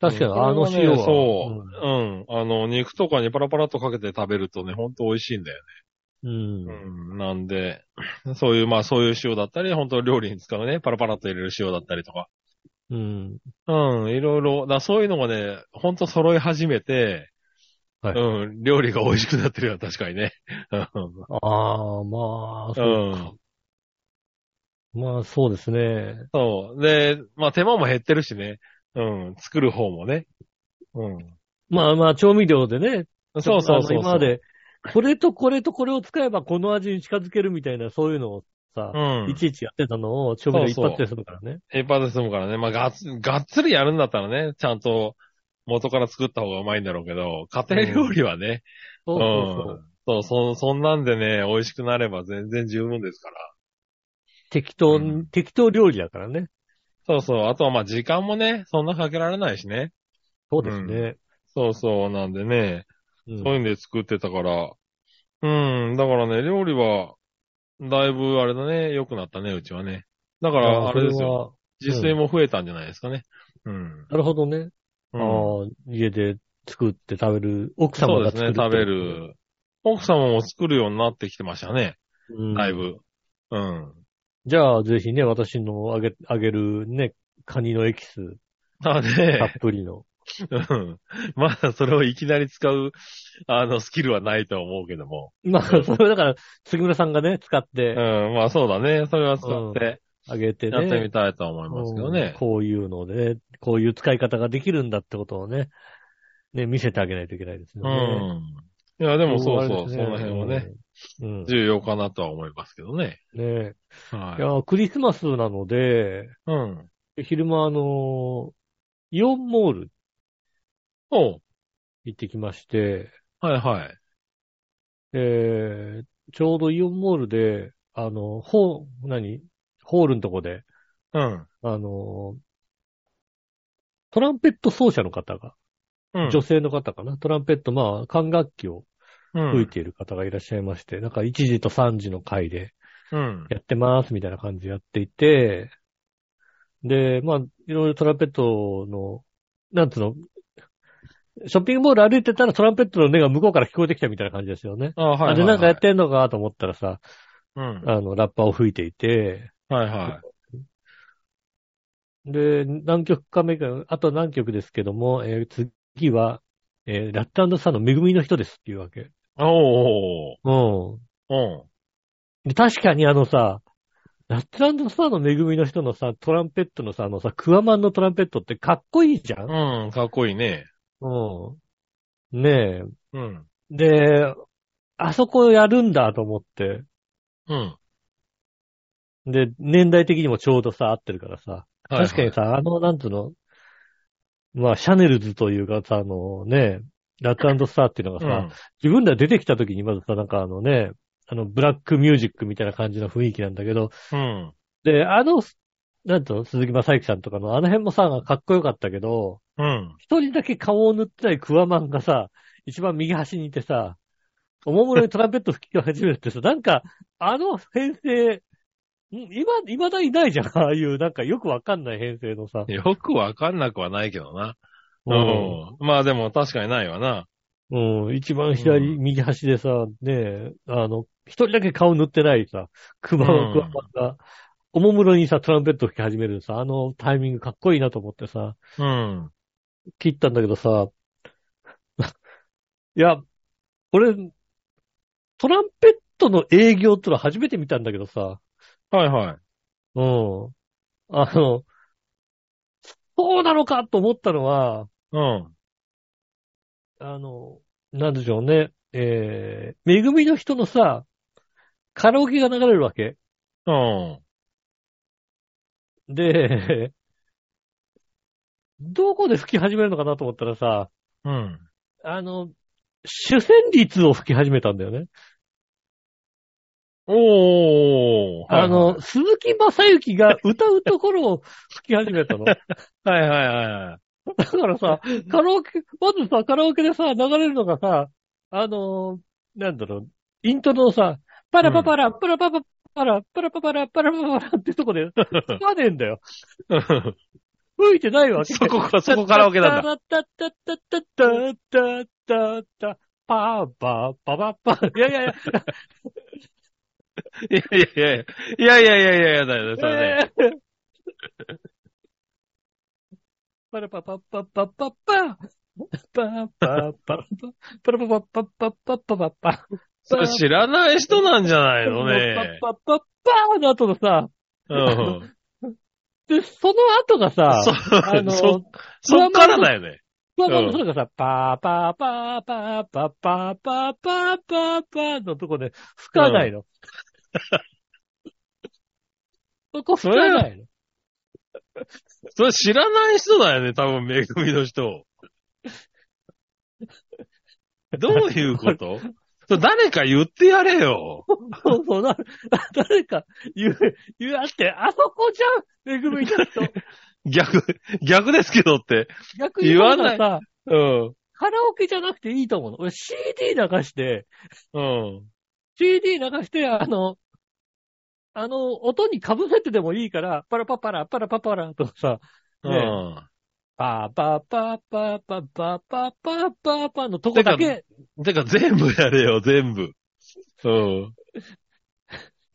B: 確かに、あの
C: それ
B: 塩
C: は
B: は。
C: ねそう、うん。あの、肉とかにパラパラっとかけて食べるとね、ほんと美味しいんだよ
B: うん。う
C: ね。
B: ん。
C: うん。なんで、そういう、まあそういう塩だったり、本当料理に使うね、パラパラっと入れる塩だったりとか。
B: うん。
C: うん、いろいろ、だそういうのがね、ほんと揃い始めて、
B: はい
C: うん、料理が美味しくなってるよ、確かにね。
B: ああ、まあ、そ
C: う
B: う、
C: ん。うん
B: まあ、そうですね。
C: そう。で、まあ手間も減ってるしね。うん。作る方もね。うん。
B: まあまあ、調味料でね。
C: そうそうそうそう。
B: あの今ま。で、これとこれとこれを使えばこの味に近づけるみたいな、そういうのをさ、
C: うん。
B: いちいちやってたのを調味料一発で済むからね。
C: ペーパーで済むからね。まあがっつ、がっつりやるんだったらね、ちゃんと元から作った方がうまいんだろうけど、家庭料理はね。。
B: そううんそうそう。
C: そうそ、そんなんでね、美味しくなれば全然十分ですから。
B: 適当、
C: うん
B: 適当料理だからね。
C: そうそう。あとはまあ時間もね、そんなかけられないしね。
B: そうですね。
C: そうそう。なんでね、
B: うん
C: そういうんで作ってたから。うん、だからね、料理は、だいぶあれだね、良くなったね、うちはね。だか
B: あ
C: ら、
B: ー
C: あれですよ。
B: それは
C: 自炊も増えたんじゃないですかね。うん。
B: なるほどね。
C: うん
B: ああ、家で作って食べる。奥
C: そ
B: 様
C: うで
B: が
C: す
B: 作る
C: ね
B: っ、てこと
C: 食べ。る。奥様も作るようになってきてましたね。
B: うん
C: だいぶ。うん。
B: じゃあ、ぜひね、私のあげ、あげるね、カニのエキス、
C: な
B: た
C: ので
B: っ、ぷりの。
C: うん。まだそれをいきなり使う、あの、スキルはないとは思うけども。
B: まあ、それだから、杉村さんがね、使っ
C: うん。
B: て
C: まあそうだね。それは使って、
B: あげてね。
C: やってみたいとは思いますけど
B: う
C: ね
B: ん。こういうのでね、こういう使い方ができるんだってことをね、ね、見せてあげないといけないですよ
C: う
B: ね。
C: ん。いや、
B: で
C: でもそうそう、その辺はね、。
B: うん。
C: 重要かなとは思いますけどね。
B: ねい
C: は
B: や、クリスマスなので、
C: い。うん。
B: 昼間あの、イオンモール
C: おう
B: 行ってきまして、
C: はいはい。
B: えー、ちょうどイオンモールで、あの、ホー、何ホールのとこで、
C: うん。
B: あの、トランペット奏者の方が、
C: うん。
B: 女性の方かな、トランペット、まあ、管楽器を
C: うん
B: 吹いている方がいらっしゃいまして、なんか1時と3時の回で
C: うん。
B: やってますみたいな感じでやっていて、で、まあ、いろいろトランペットの、なんつうの、ショッピングモール歩いてたらトランペットの音が向こうから聞こえてきたみたいな感じですよね。
C: あはいはい、はい。
B: あ、で、なんかやっ、てんのかと思ったらさ、
C: うん。
B: あの、ラッパーを吹いていて、
C: はいは
B: で、何曲か目が、あと何曲ですけども、えー次は、えーラットさんの恵みの人ですっていうわけ。
C: い。おう
B: う
C: おうおううん。
B: ん。で、確かにあのさ、ラットさんの恵みの人のさ、トランペットのさ、あのさ、クワマンのトランペットってかっこいいじゃん
C: うん、かっこいいね。
B: うん。ねえ。
C: うん。
B: で、あそこやるんだと思って。
C: うん。
B: で、年代的にもちょうどさ、合ってるからさ。
C: はいはい
B: 確かに。さ、あの、なんつうの、まあ、シャネルズというかさ、あのね、ラッツスターっていうのが
C: う
B: さ、
C: ん。
B: 自分ら出てきた時にまずさ、なんかあのね、あの、ブラックミュージックみたいな感じの雰囲気なんだけど、
C: うん。
B: で、あの、なんつうの、鈴木正幸さんとかのあの辺もさ、かっこよかったけど、
C: うん。
B: 一人だけ顔を塗ってないクワマンがさ、一番右端にいてさ、おもむろにトランペット吹き始めるってさ、なんか、あの編成、ん今、未だいないじゃん、 ああいう、なんかよくわかんない編成のさ。
C: よくわかんなくはないけどな。うん。まあでも確かにないわな。
B: うん、うん、一番左、
C: う
B: 右端でさ、ねえ、あの、一人だけ顔塗ってないさ、クマ
C: うん
B: クワマンが、おもむろにさ、トランペット吹き始めるさ、あのタイミングかっこいいなと思ってさ、
C: うん。
B: 切ったんだけどさ、 いや、俺、トランペットの営業ってのは初めて見たんだけどさ、
C: はいはい。
B: うん。あの、そうなのかと思ったのは、
C: うん。
B: あの、なんでしょうね、えー、めぐみの人のさ、カラオケが流れるわけ。
C: うん。
B: で、 どこで吹き始めるのかなと思ったらさ、
C: うん。
B: あの、主旋律を吹き始めたんだよね。
C: おー。
B: あの、、鈴木正幸が歌うところを吹き始め たの。だ
C: はいはいはいはい。
B: からさ、カラオケ、まずさ、カラオケでさ、流れるのがさ、あのーなんだろう、イントロのさ、パラパパラ、パラパパパラ、パラパパラ、パラパパラってとこで、吹かねえん だよ。吹いてないわけ。
C: そこか、そこカラオケなんだ。
B: だ。タッタッタッタッタッタッタッタッタパーパーパパパー。いやいやいや、
C: いやいやいやいやいやいやいやだよね、それね。
B: えー パラパパパパパパパパパパパラパパパパパパパパ
C: それ知らない人なんじゃないのね。
B: パパパパパの後のさ、
C: うん。
B: で、その後がさ、
C: そ、
B: あの
C: そ、そっからだよね。
B: パパの後がさ、パーパーパーパーパーパーパーパーパーパーのとこで吹かないの。そこ吹かないの。
C: それ知らない人だよね、多分、めぐみの人。どういうことそれ誰か言ってやれよ。
B: そうそう、な、誰か言う、言うあって、あそこじゃんめぐみだと。
C: 逆、逆ですけどって。
B: 逆に言わ
C: 言わな
B: ないい。さ、
C: うん。
B: カラオケじゃなくていいと思うの。俺 CD 流して、
C: うん。
B: CD 流して、あの、あの、音に被せてでもいいから、パラパパラ、パラパパラとかさ、
C: う
B: ね
C: ん。
B: パーパーパーパーパーパーパーパーパーパーのとこだけ、
C: てか全部やれよ、全部。うん。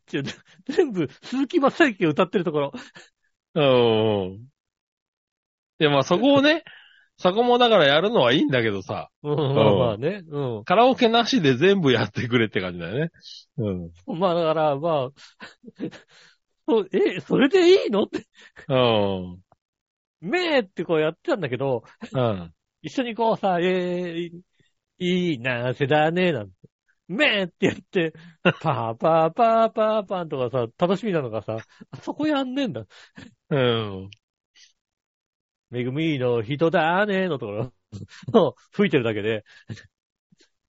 B: ちょ全部、鈴木正幸が歌ってるところ。
C: うん。いや、まあそこをね、そこもだからやるのはいいんだけどさ、
B: うん、まあまあね。う
C: カラオケなしで全部やってくれって感じだよね。うん。
B: ん。まあだから、まあ、 そうえ、それでいいのって、
C: うん。
B: めーってこうやってたんだけど、
C: うん。
B: 一緒にこうさ、えー、いいな、せだね、なんて。めーってやって、パーパーパーパーパーとかさ、楽しみなのがさ、あそこやんねえんだ。
C: うん。
B: めぐみの人だーねーのところ の吹いてるだけで。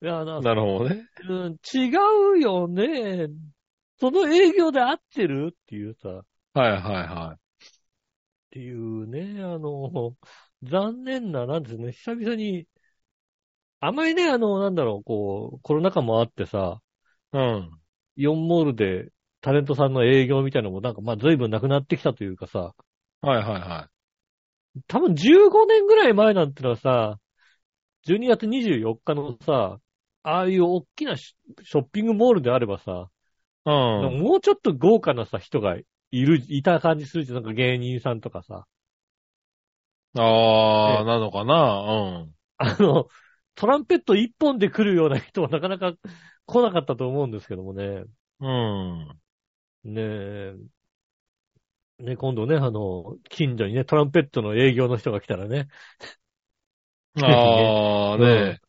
B: いや、な、
C: なるほどね。
B: うん、違うよねー。その営業で合ってるっていうさ、っ
C: はいはいは
B: ていうね、あの、残念な、なんですね、久々に、あまりね、あの、なんだろう、こう、コロナ禍もあってさ、
C: い。うん。
B: イオンモールでタレントさんの営業みたいなのもなんか、まあ、随分なくなってきたというかさ、
C: はいはいは
B: 多分15年ぐらい前なんてのはさ、12月24日のさ、ああいう大きなシショッピングモールであればさ、
C: い。うん。
B: もうちょっと豪華なさ、人がいる、いた感じするじゃん。なんか芸人さんとかさ、
C: あ
B: ね
C: あ、なのかな
B: あの、トランペット一本で来るような人は なかなか来なかったと思うんですけどもね。
C: うん。う
B: ね
C: ん。
B: え。ね、今度ね、あの、近所にね、トランペットの営業の人が来たらね、
C: ああ、
B: ね
C: ね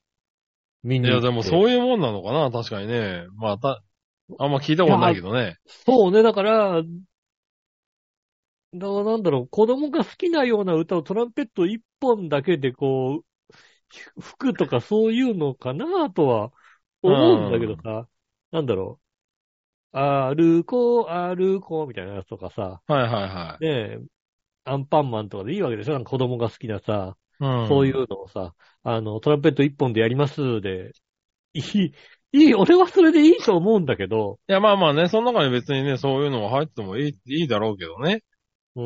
B: みん
C: い
B: な行っ
C: や、
B: て。
C: でもそういうもんなのかな確かにね。まあ、た、あんま聞いたことないけどね。
B: そうね、だから、だからなんだろう、子供が好きなような歌をトランペット一本だけでこう、ふ吹くとかそういうのかなとは思うんだけどさ、なんだろう、歩こう、歩こうみたいなやつとかさ、
C: はいはいは
B: ねえ、アンパンマンとかでいいわけでしょなんか子供が好きなさ、
C: い。うん。
B: そういうのをさ、あの、トランペット一本でやりますで、いい、いい、俺はそれでいいと思うんだけど、
C: いや、まあまあね、その中に別にね、そういうのは入ってもいい、いいだろうけどね。
B: う
C: う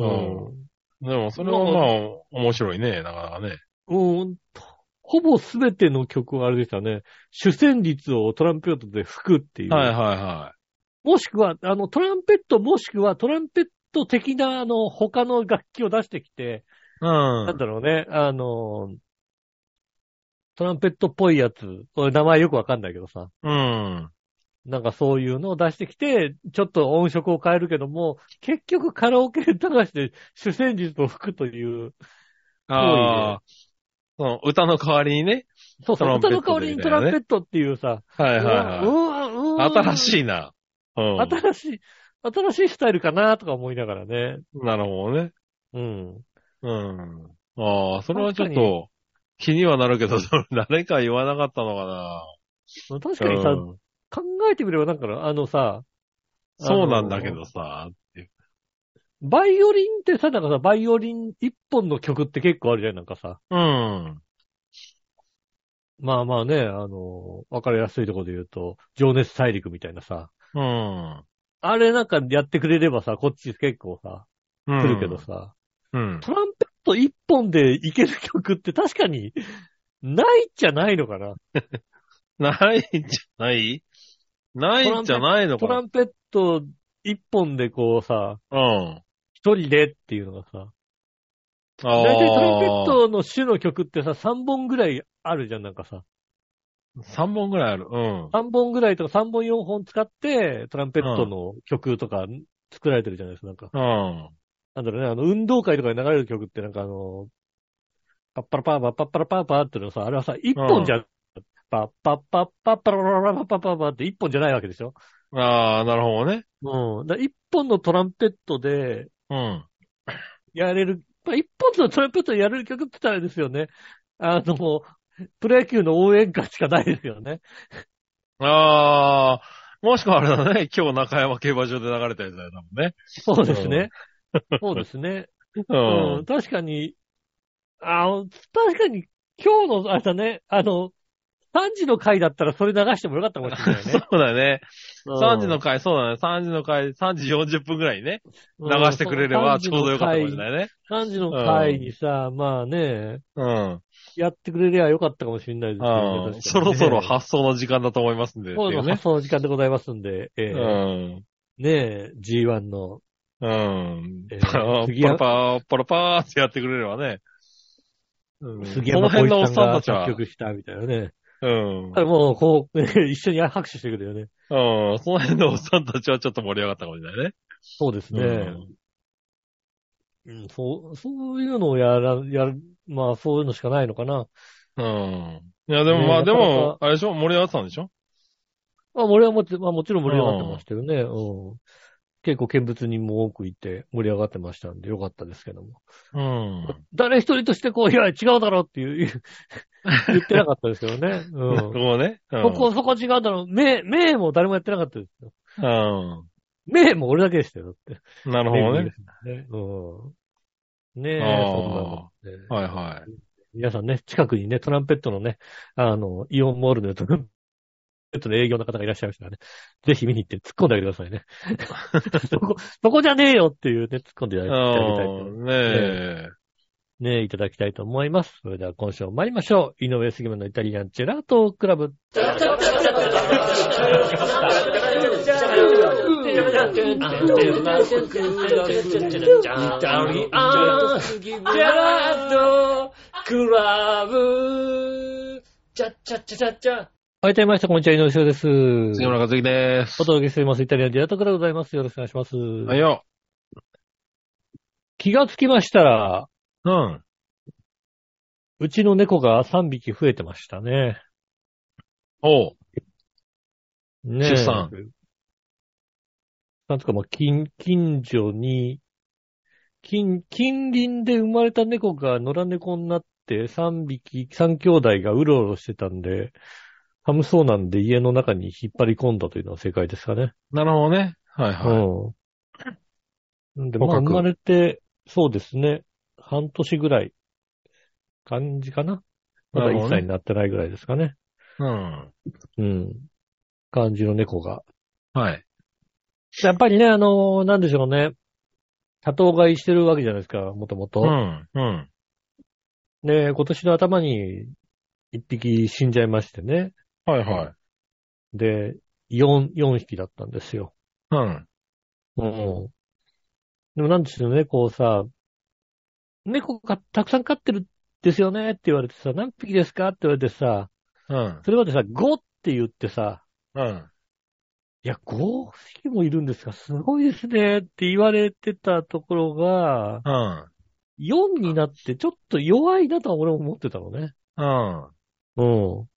C: んでも、それはまあ、面白いね、なかなかね。
B: うん、ほぼすべての曲はあれでしたね。主旋律をトランペットで吹くっていう。
C: はいはいは
B: もしくは、あの、トランペットもしくはトランペット的な、あの、他の楽器を出してきて、
C: い。うん。
B: なんだろうね、あの、トランペットっぽいやつ、俺名前よくわかんないけどさ、
C: うん。
B: なんかそういうのを出してきて、ちょっと音色を変えるけども、結局カラオケ流して主旋律を吹くという、
C: ああ。その、歌の代わりにね。
B: そうそう、歌
C: トラ
B: の
C: ンペッ
B: 代
C: ト
B: わ
C: で
B: り
C: み
B: にト
C: たいな
B: ラ
C: ね
B: ンペットっていうさ、
C: は
B: う
C: いはいは
B: わうわう
C: い。
B: わ
C: 新しいな。うん。
B: 新しい、新しいスタイルかなとか思いながらね。
C: なるほどね。
B: うん。
C: うん。ああ、それはちょっ
B: 確か
C: と、気にはなるけど、 それ誰か言わなかったのか
B: 確か
C: な。
B: にさ、
C: うん
B: 考えてみればなんか、あのさ、
C: そうなんだけどさ。
B: バイオリンってさ、なんかさ、バイオリン一本の曲って結構あるじゃん、なんかさ。
C: うん。
B: まあまあね、あの、わかりやすいところで言うと、情熱大陸みたいなさ。
C: うん。
B: あれなんかやってくれればさ、こっち結構さ、
C: うん。
B: 来るけどさ、
C: うん。
B: トランペット一本でいける曲って確かに、ないっちゃないのかな。
C: ないんじゃないないんじゃないの
B: ト
C: か
B: ランペット一本でこうさ、
C: なうん。
B: 一人でっていうのがさ、
C: ああ
B: 大体トランペットの種の曲ってさ、3本ぐらいあるじゃん、なんかさ。
C: 3本ぐらいある。うん。
B: 3本ぐらいとか3本4本使って、トランペットの曲とか作られてるじゃないですか、なんか。
C: うん。
B: なんだろうね、あの、運動会とかで流れる曲ってなんかあの、パッパラパーパーパッパラパーパーってのさ、あれはさ、1本じゃ、パッパッパッパッパラパラパラパッパッパーって1本じゃないわけでしょ
C: ああ、なるほどね。
B: うん。だ1本のトランペットで、
C: うん。
B: やれる、まあ、一本のトランペットでやれる曲って言ったらあれですよね。あの、プロ野球の応援歌しかないですよね。
C: ああ、もしくはあれだね。今日中山競馬場で流れたやつだよ、多分ね。
B: そうですね。そうですね。
C: う
B: うんん、。確かに、あの確かに今日の、あれだね、あの、 3時の回だったらそれ流してもよかったかもしれない
C: そ
B: ね。
C: うだね。
B: うん
C: 3時の回、 そうだね。3時の回、3時40分ぐらいにね、流してくれればちょうどよかったかもしれ
B: い。
C: ないね。
B: 3時の回にさ、まあね、
C: うん。
B: やってくれりゃよかったかもしれないですけど、
C: うん。そろそろ
B: 発
C: 発送の時間だと思いますんで。っていうね。
B: 送の時間でございますんで、え
C: う
B: え
C: ん。
B: ねえ、G1 の、
C: うん。
B: えー
C: パラ
B: 杉山
C: パラパラパラーってやってくれればね。うん
B: 杉
C: この
B: 山浩一
C: 辺のおっ
B: さん
C: さん
B: が
C: たちは
B: 作。曲したみたいなね。
C: うん。
B: ただもう、こう、一緒に拍手してくれるよね。
C: うん。その辺のおっさんたちはちょっと盛り上がったかもしれないね。
B: そうですね。うん、そう、そういうのをやら、やる、まあそういうのしかないのかな。
C: うん。いや、でもまあ、
B: ねなかなか
C: でも、あれでしょ盛り上がってたんでしょ
B: まあ俺はもち、まあもちろん盛り上がってましたよね。うん。結構見物人も多くいて盛り上がってましたんでよかったですけども。
C: うん。
B: 誰一人としてこう、いや、違うだろうっていう、 言ってなかったですけどね。う
C: そ
B: ん。
C: こね。うん
B: そこ、そこ違うだろう。目、目も誰もやってなかったですよ。
C: う
B: 目も俺だけでしたよ、だって。
C: ん。なるほどね。
B: ね。うん。ねえ、
C: あー
B: そんなのね
C: はいは
B: 皆さんね、近くにね、トランペットのね、あの、イオンモールのトランペットの営業の方がいらっしゃいましたからね、ぜひ見に行って突っ込んであげてくださいね。そこ、そこじゃねえよっていうね、突っ込んでいた
C: い。
B: だきたいと
C: うん。ねえ。
B: ね、いただきたいと思います。それでは今週も参りましょう。井上杉村のイタリアンジェラートクラブ。はい、どうもみなさん、こんにちは、井上杉です。
C: 杉村和樹です。
B: お届けしております。イタリアンジェラートクラブでございます。よろしくお願いします。
C: はいよ。
B: 気がつきましたら、
C: うん。
B: うちの猫が3匹増えてましたね。
C: おう。
B: ねえ
C: 出産。
B: なんつうか、まあ、近、近所に、近、近隣で生まれた猫が野良猫になって3匹、3兄弟がうろうろしてたんで、寒そうなんで家の中に引っ張り込んだというのは正解ですかね。
C: なるほどね。はいはい。
B: うん。なんで、まあ、
C: 捕獲
B: 生まれて、そうですね、半年ぐらい、感じかな。まだ
C: なる
B: 1
C: ほどね
B: 歳になってないぐらいですかね。
C: うん。
B: うん。感じの猫が
C: はい。
B: やっぱりね、あのなんでしょうね。多頭飼いしてるわけじゃないですか、もとも
C: う
B: と。
C: ん。うん。
B: ね今年の頭に一匹死んじゃいましてね。
C: はいはい。
B: で、四、四匹だったんですよ。
C: うん。
B: うん。でもなんでしょうね、こうさ、猫がたくさん飼ってるんですよねって言われてさ、何匹ですかって言われてさ、
C: うん。
B: それまでさ、5って言ってさ、
C: うん。
B: いや、5匹もいるんですかすごいですねって言われてたところが、
C: うん。
B: 4になってちょっと弱いなとは俺も思ってたのね。
C: うん。
B: うん。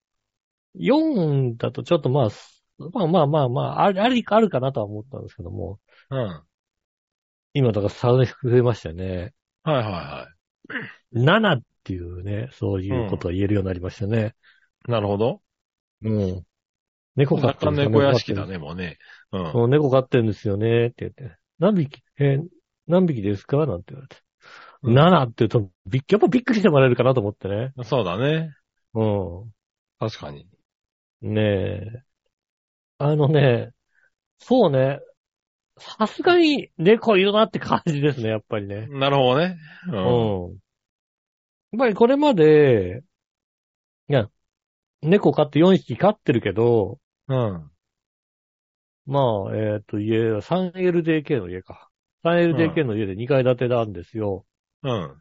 B: 4だとちょっとまあ、すまあまあまあまあ、あり、ありかあるかなとは思ったんですけども、
C: うん。
B: 今だから差が増えましたよね。
C: はいはいは
B: 7っていうね、そういうことが言えるようになりましたね。
C: い。なるほど。
B: うん。猫飼
C: 若
B: ってる
C: 干
B: んですよ
C: 猫屋敷だ。ね、もうね。うん。
B: そう猫飼ってるんですよね、って言って。何匹、えー何匹ですかなんて言われて。
C: うん
B: 7って言うと、びっやっぱびっくりしてもらえるかなと思ってね。
C: そうだね。
B: うん。
C: 確かに。
B: ねえ。あのね、そうね。さすがに猫いるなって感じですね、やっぱりね。
C: なるほどね。う。。
B: うんやっぱりこれまで、いや、猫飼って4匹飼ってるけど、
C: うん。
B: まあ、えっ、と、家、3LDK の家か。3LDK の家で2階建てなんですよ。
C: うん。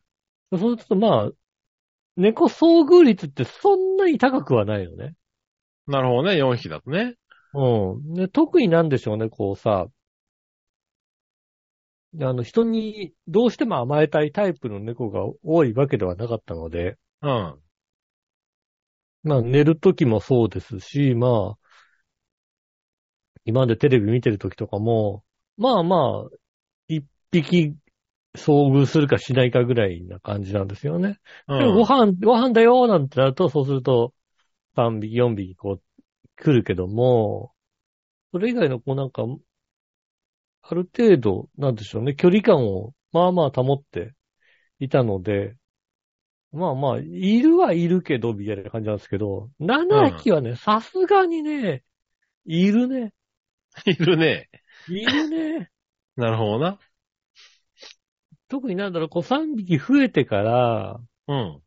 B: そうするとまあ、猫遭遇率ってそんなに高くはないよね。
C: なるほどね。4匹だとね。
B: うん。で、特になんでしょうね、こうさ、あの、人にどうしても甘えたいタイプの猫が多いわけではなかったので、
C: うん。
B: まあ寝るときもそうですし、まあ、今までテレビ見てるときとかも、まあまあ、一匹遭遇するかしないかぐらいな感じなんですよね。
C: う
B: でもご
C: ん。
B: 飯、ご飯だよーなんてなると、そうすると、3匹、4匹、こう、来るけども、それ以外の、こうなんか、ある程度、なんでしょうね、距離感を、まあまあ保っていたので、まあまあ、いるはいるけど、みたいな感じなんですけど、7匹はね、さすがにね、いるね。
C: いるね。
B: いる ね。
C: なるほどな。
B: 特になんだろう、こう3匹増えてから、
C: うん。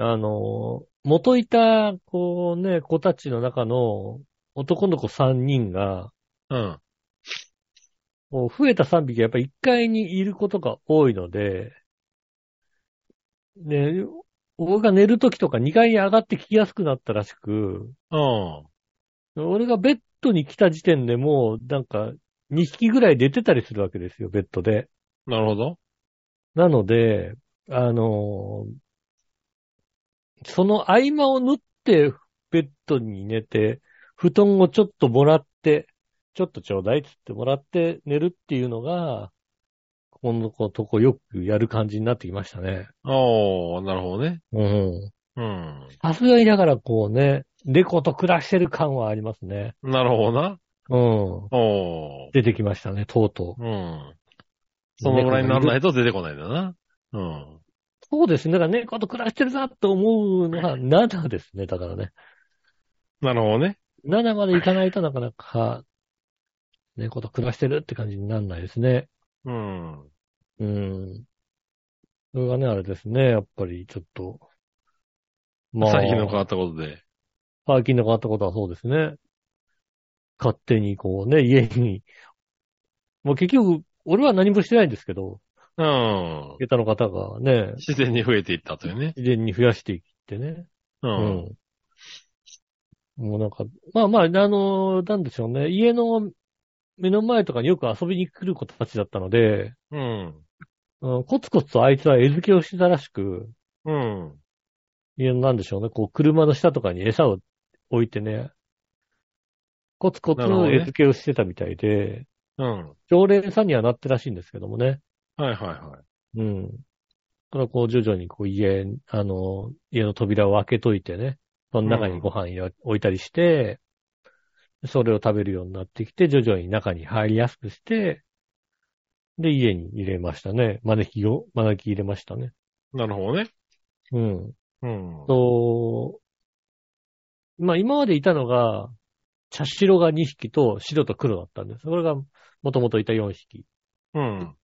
B: あの、元いた、こうね、子たちの中の男の子3人が、
C: うん。
B: こう増えた3匹がやっぱり1階にいることが多いので、ね、僕が寝るときとか2階に上がってきやすくなったらしく、
C: うん。
B: 俺がベッドに来た時点でもう、なんか、2匹ぐらい出てたりするわけですよ、ベッドで。
C: なるほど。
B: なので、あのーその合間を縫って、ベッドに寝て、布団をちょっともらって、ちょっとちょうだいっつってもらって寝るっていうのが、ここのとこよくやる感じになってきましたね。
C: おー、なるほどね。
B: うん。
C: うん。
B: さすがにだからこうね、猫と暮らしてる感はありますね。
C: なるほどな。
B: うん。
C: おー。
B: 出てきましたね、とうとう。
C: うん。そのぐらいにならないと出てこないんだな。うん。
B: そうですね。だから猫と暮らしてるなと思うのは7ですね、だからね。
C: なるほどね。
B: 7まで行かないとなかなか、猫と暮らしてるって感じにならないですね。
C: うん。
B: うん。それがね、あれですね。やっぱりちょっと。ま
C: 最近の変わったことで。
B: 最近の変わったことはそうですね。勝手にこうね、家に。もう結局、俺は何もしてないんですけど、
C: うん。
B: 下駄の方がね、
C: 自然に増えていったというね。
B: 自然に増やしていってね。う
C: う。
B: んんもうなんか、まあまあ、あのなんでしょうね。家の目の前とかによく遊びに来る子たちだったので、
C: うん。
B: うん、コツコツとあいつは餌付けをしてたらしく、
C: うん。
B: 家のなんでしょうね。こう、車の下とかに餌を置いてね、コツコツ
C: なるほどね
B: 餌付けをしてたみたいで、
C: うん。
B: 常連さんにはなってらしいんですけどもね。
C: はいはいはい。
B: うん。だからこう、徐々にこう、家、あの、家の扉を開けといてね、その中にご飯や置いたりして、それを食べるようになってきて、徐々に中に入りやすくして、で、家に入れましたね。招きを、招き入れましたね。
C: なるほどね。
B: うん。
C: うん。
B: と、まあ、今までいたのが、茶白が2匹と白と黒だったんです。それが、もともといた4匹。
C: うん。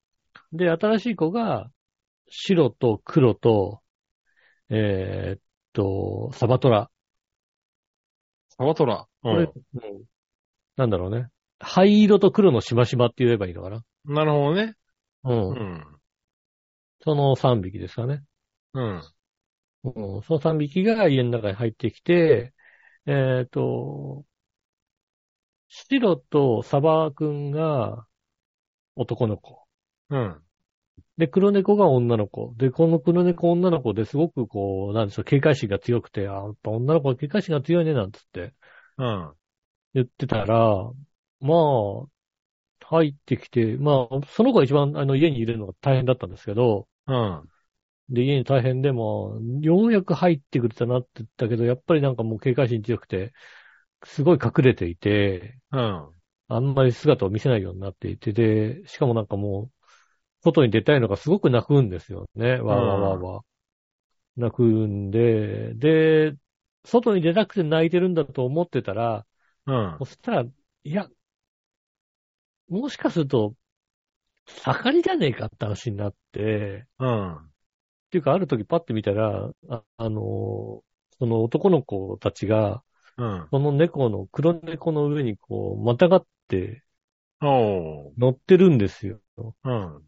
B: で、新しい子が、白と黒と、えーっと、サバトラ。
C: サバトラ。う
B: これ
C: ん。
B: なんだろうね。灰色と黒のしましまって言えばいいのかな。
C: なるほどね。
B: うん。
C: うん。
B: その3匹ですかね。
C: うん。
B: うん。その3匹が家の中に入ってきて、えーっと、白とサバくんが男の子。
C: うん。
B: で、黒猫が女の子。で、この黒猫女の子ですごくこう、なんでしょう、警戒心が強くて、あ、やっぱ女の子は警戒心が強いね、なんつって
C: うん。
B: 言ってたら、まあ、入ってきて、まあ、その子が一番あの家にいるのが大変だったんですけど、
C: うん。
B: で、家に大変でも、ようやく入ってくれたなって言ったけど、やっぱりなんかもう警戒心強くて、すごい隠れていて、
C: うん。
B: あんまり姿を見せないようになっていて、で、しかもなんかもう、外に出たいのがすごく泣くんですよね。わーわーわーわー。泣くんで、で、外に出たくて泣いてるんだと思ってたら、
C: うん
B: そ。したら、いや、もしかすると、盛りじゃねえかって話になって、
C: うん。
B: っていうかある時パッて見たら、あ、あのーその男の子たちが、
C: うん。
B: その猫の、黒猫の上にこう、またがって
C: おー。
B: 乗ってるんですよ。
C: うん。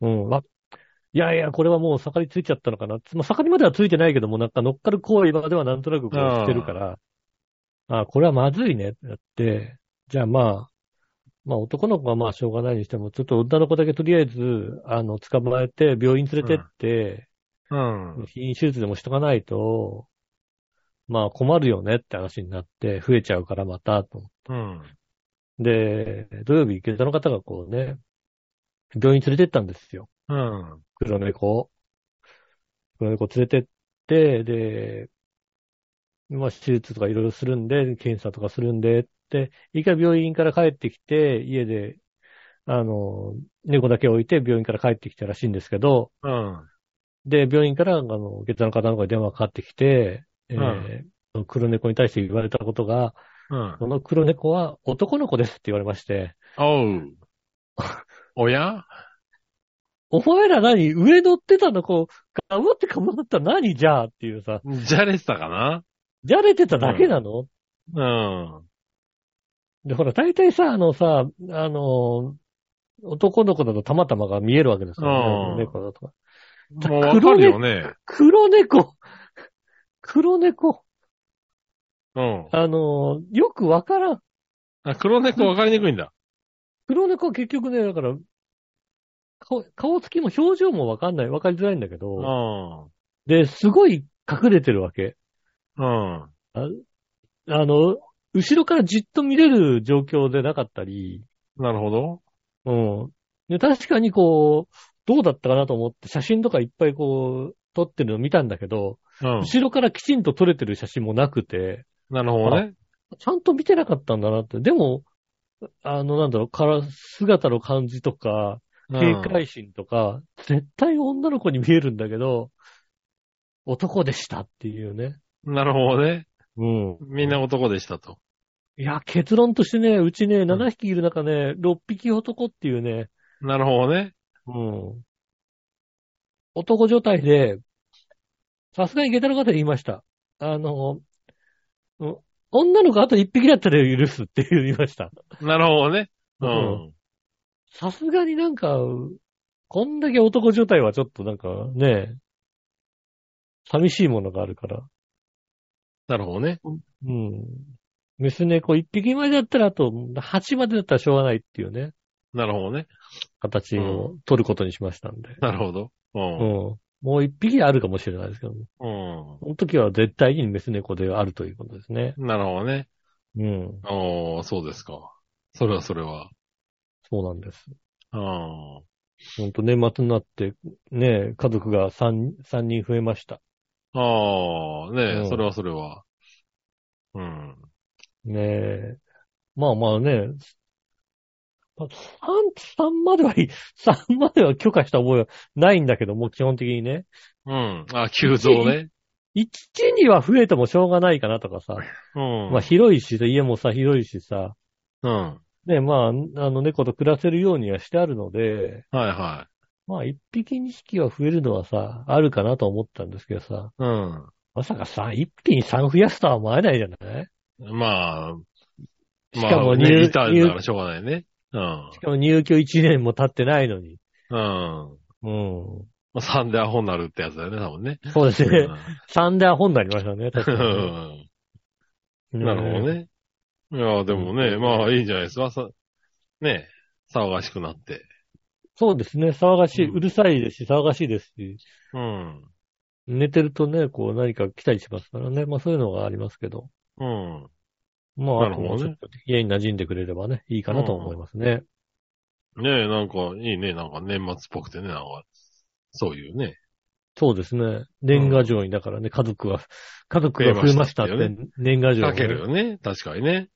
B: うん。あいやいや、これはもう盛りついちゃったのかな。つまあ、盛りまではついてないけども、なんか乗っかる行為まではなんとなくこう
C: あー
B: してるから、ああ、これはまずいねってなって、じゃあまあ、まあ男の子はまあしょうがないにしても、ちょっと女の子だけとりあえず、あの、捕まえて病院連れてって、
C: うん。
B: 避妊手術でもしとかないと、まあ困るよねって話になって、増えちゃうからまた、と思って
C: うん。
B: で、土曜日、下駄の方がこうね、病院連れてったんですよ。
C: うん。
B: 黒猫を。黒猫連れてって、で、まあ、手術とかいろいろするんで、検査とかするんでって、一回病院から帰ってきて、家で、あの、猫だけ置いて病院から帰ってきたらしいんですけど、
C: うん。
B: で、病院から、あの、下駄の方の方に電話がかかってきて、えー
C: うん
B: その黒猫に対して言われたことが、
C: うん。
B: この黒猫は男の子ですって言われまして、
C: おう。おや
B: お前ら何上乗ってたのこう、頑張って頑張ったら何じゃあっていうさ、
C: じゃれてたか
B: じゃれてただけなの、
C: な
B: で、ほら、大体さ、あのさ、あの、男の子だとたまたまが見えるわけですよ
C: うん
B: ね。猫だとか。
C: うん。もうわかるよね。
B: 黒猫 黒猫
C: うん。
B: あの、よくわからん。
C: あ、黒猫わかりにくいんだ。
B: 黒猫は結局ね、だから、顔、顔つきも表情もわかんない、わかりづらいんだけ
C: う
B: ど、
C: ん。
B: で、すごい隠れてるわけ。
C: うん。
B: あの、後ろからじっと見れる状況でなかったり、
C: なるほど。
B: うん。で、確かにこう、どうだったかなと思って写真とかいっぱいこう、撮ってるの見たんだけど、
C: うん。
B: 後ろからきちんと撮れてる写真もなくて、
C: なるほどね。
B: ちゃんと見てなかったんだなって。でも、あの、なんだろう、から、姿の感じとか、警戒心とか、絶対女の子に見えるんだけど、男でしたっていうね。
C: うんなるほどね。
B: うん。
C: みんな男でしたと。
B: いや、結論としてね、うちね、7匹いる中ね、6匹男っていうね、
C: なるほどね。
B: うん。男状態で、さすがに下駄の方で言いました。あの、うん女の子あと1匹だったら許すって言いました。
C: なるほどね。う
B: うん
C: ん。
B: さすがになんか、こんだけ男状態はちょっとなんかね、寂しいものがあるから。
C: なるほどね。
B: うん。メス猫1匹までだったら、あと8までだったらしょうがないっていうね、
C: なるほどね。
B: 形を取ることにしましたんで。
C: なるほど。う
B: うん
C: ん。。
B: もう1匹あるかもしれないですけども。
C: うん。
B: その時は絶対にメス猫であるということですね。
C: なるほどね。
B: うん。
C: おー、そうですか。それはそれは。
B: そうなんです。
C: うん。
B: ほんと年末になって、ね、家族が3、三人増えました。
C: ああ、ね
B: う
C: え、
B: ん
C: それはそれは。うん。
B: ねえ。まあまあね、まあ3、3まではいい、3までは許可した覚えはないんだけども、基本的にね。
C: うん。あ、急増ね。
B: 1には増えてもしょうがないかなとかさ。
C: うん。
B: まあ広いしさ、家もさ、広いしさ。
C: うん。は
B: ね、まあ、あの猫と暮らせるようにはしてあるので、
C: いは
B: まあ一匹二匹は増えるのはさ、あるかなと思ったんですけどさ、
C: い。うん。
B: まさかさ、一匹に三増やすとは思えないじゃない
C: まあ、
B: しかも
C: まあね、
B: 入
C: いたんだからしょうがないね。うん
B: し。かも入居一年も経ってないのに。
C: うん。
B: う
C: ま
B: ん。
C: あ、3でアホになるってやつだよね、多分ね。
B: そうですね。
C: う
B: 三でアホになりましたね、確かに
C: ん なるほど
B: ね。
C: ね。いや、でもね、まあいいんじゃないですか。さねえ、騒がしくなって。
B: そうですね。騒がしい。
C: うん
B: うるさいですし、騒がしいですし、
C: うん。
B: 寝てるとね、こう何か来たりしますからね。まあそういうのがありますけど。
C: うん。
B: まあ、
C: な
B: あ
C: る
B: と
C: ほ
B: も
C: どね
B: うちょっと家に馴染んでくれればね、いいかなと思いますね。
C: ねえ、なんか、いいね。なんか年末っぽくてね、なんか、そういうね。
B: そうですね。年賀状に、だからね、家族は、家族が増えましたって
C: 増えまし、
B: 年賀状、
C: かけるよね。確かにね。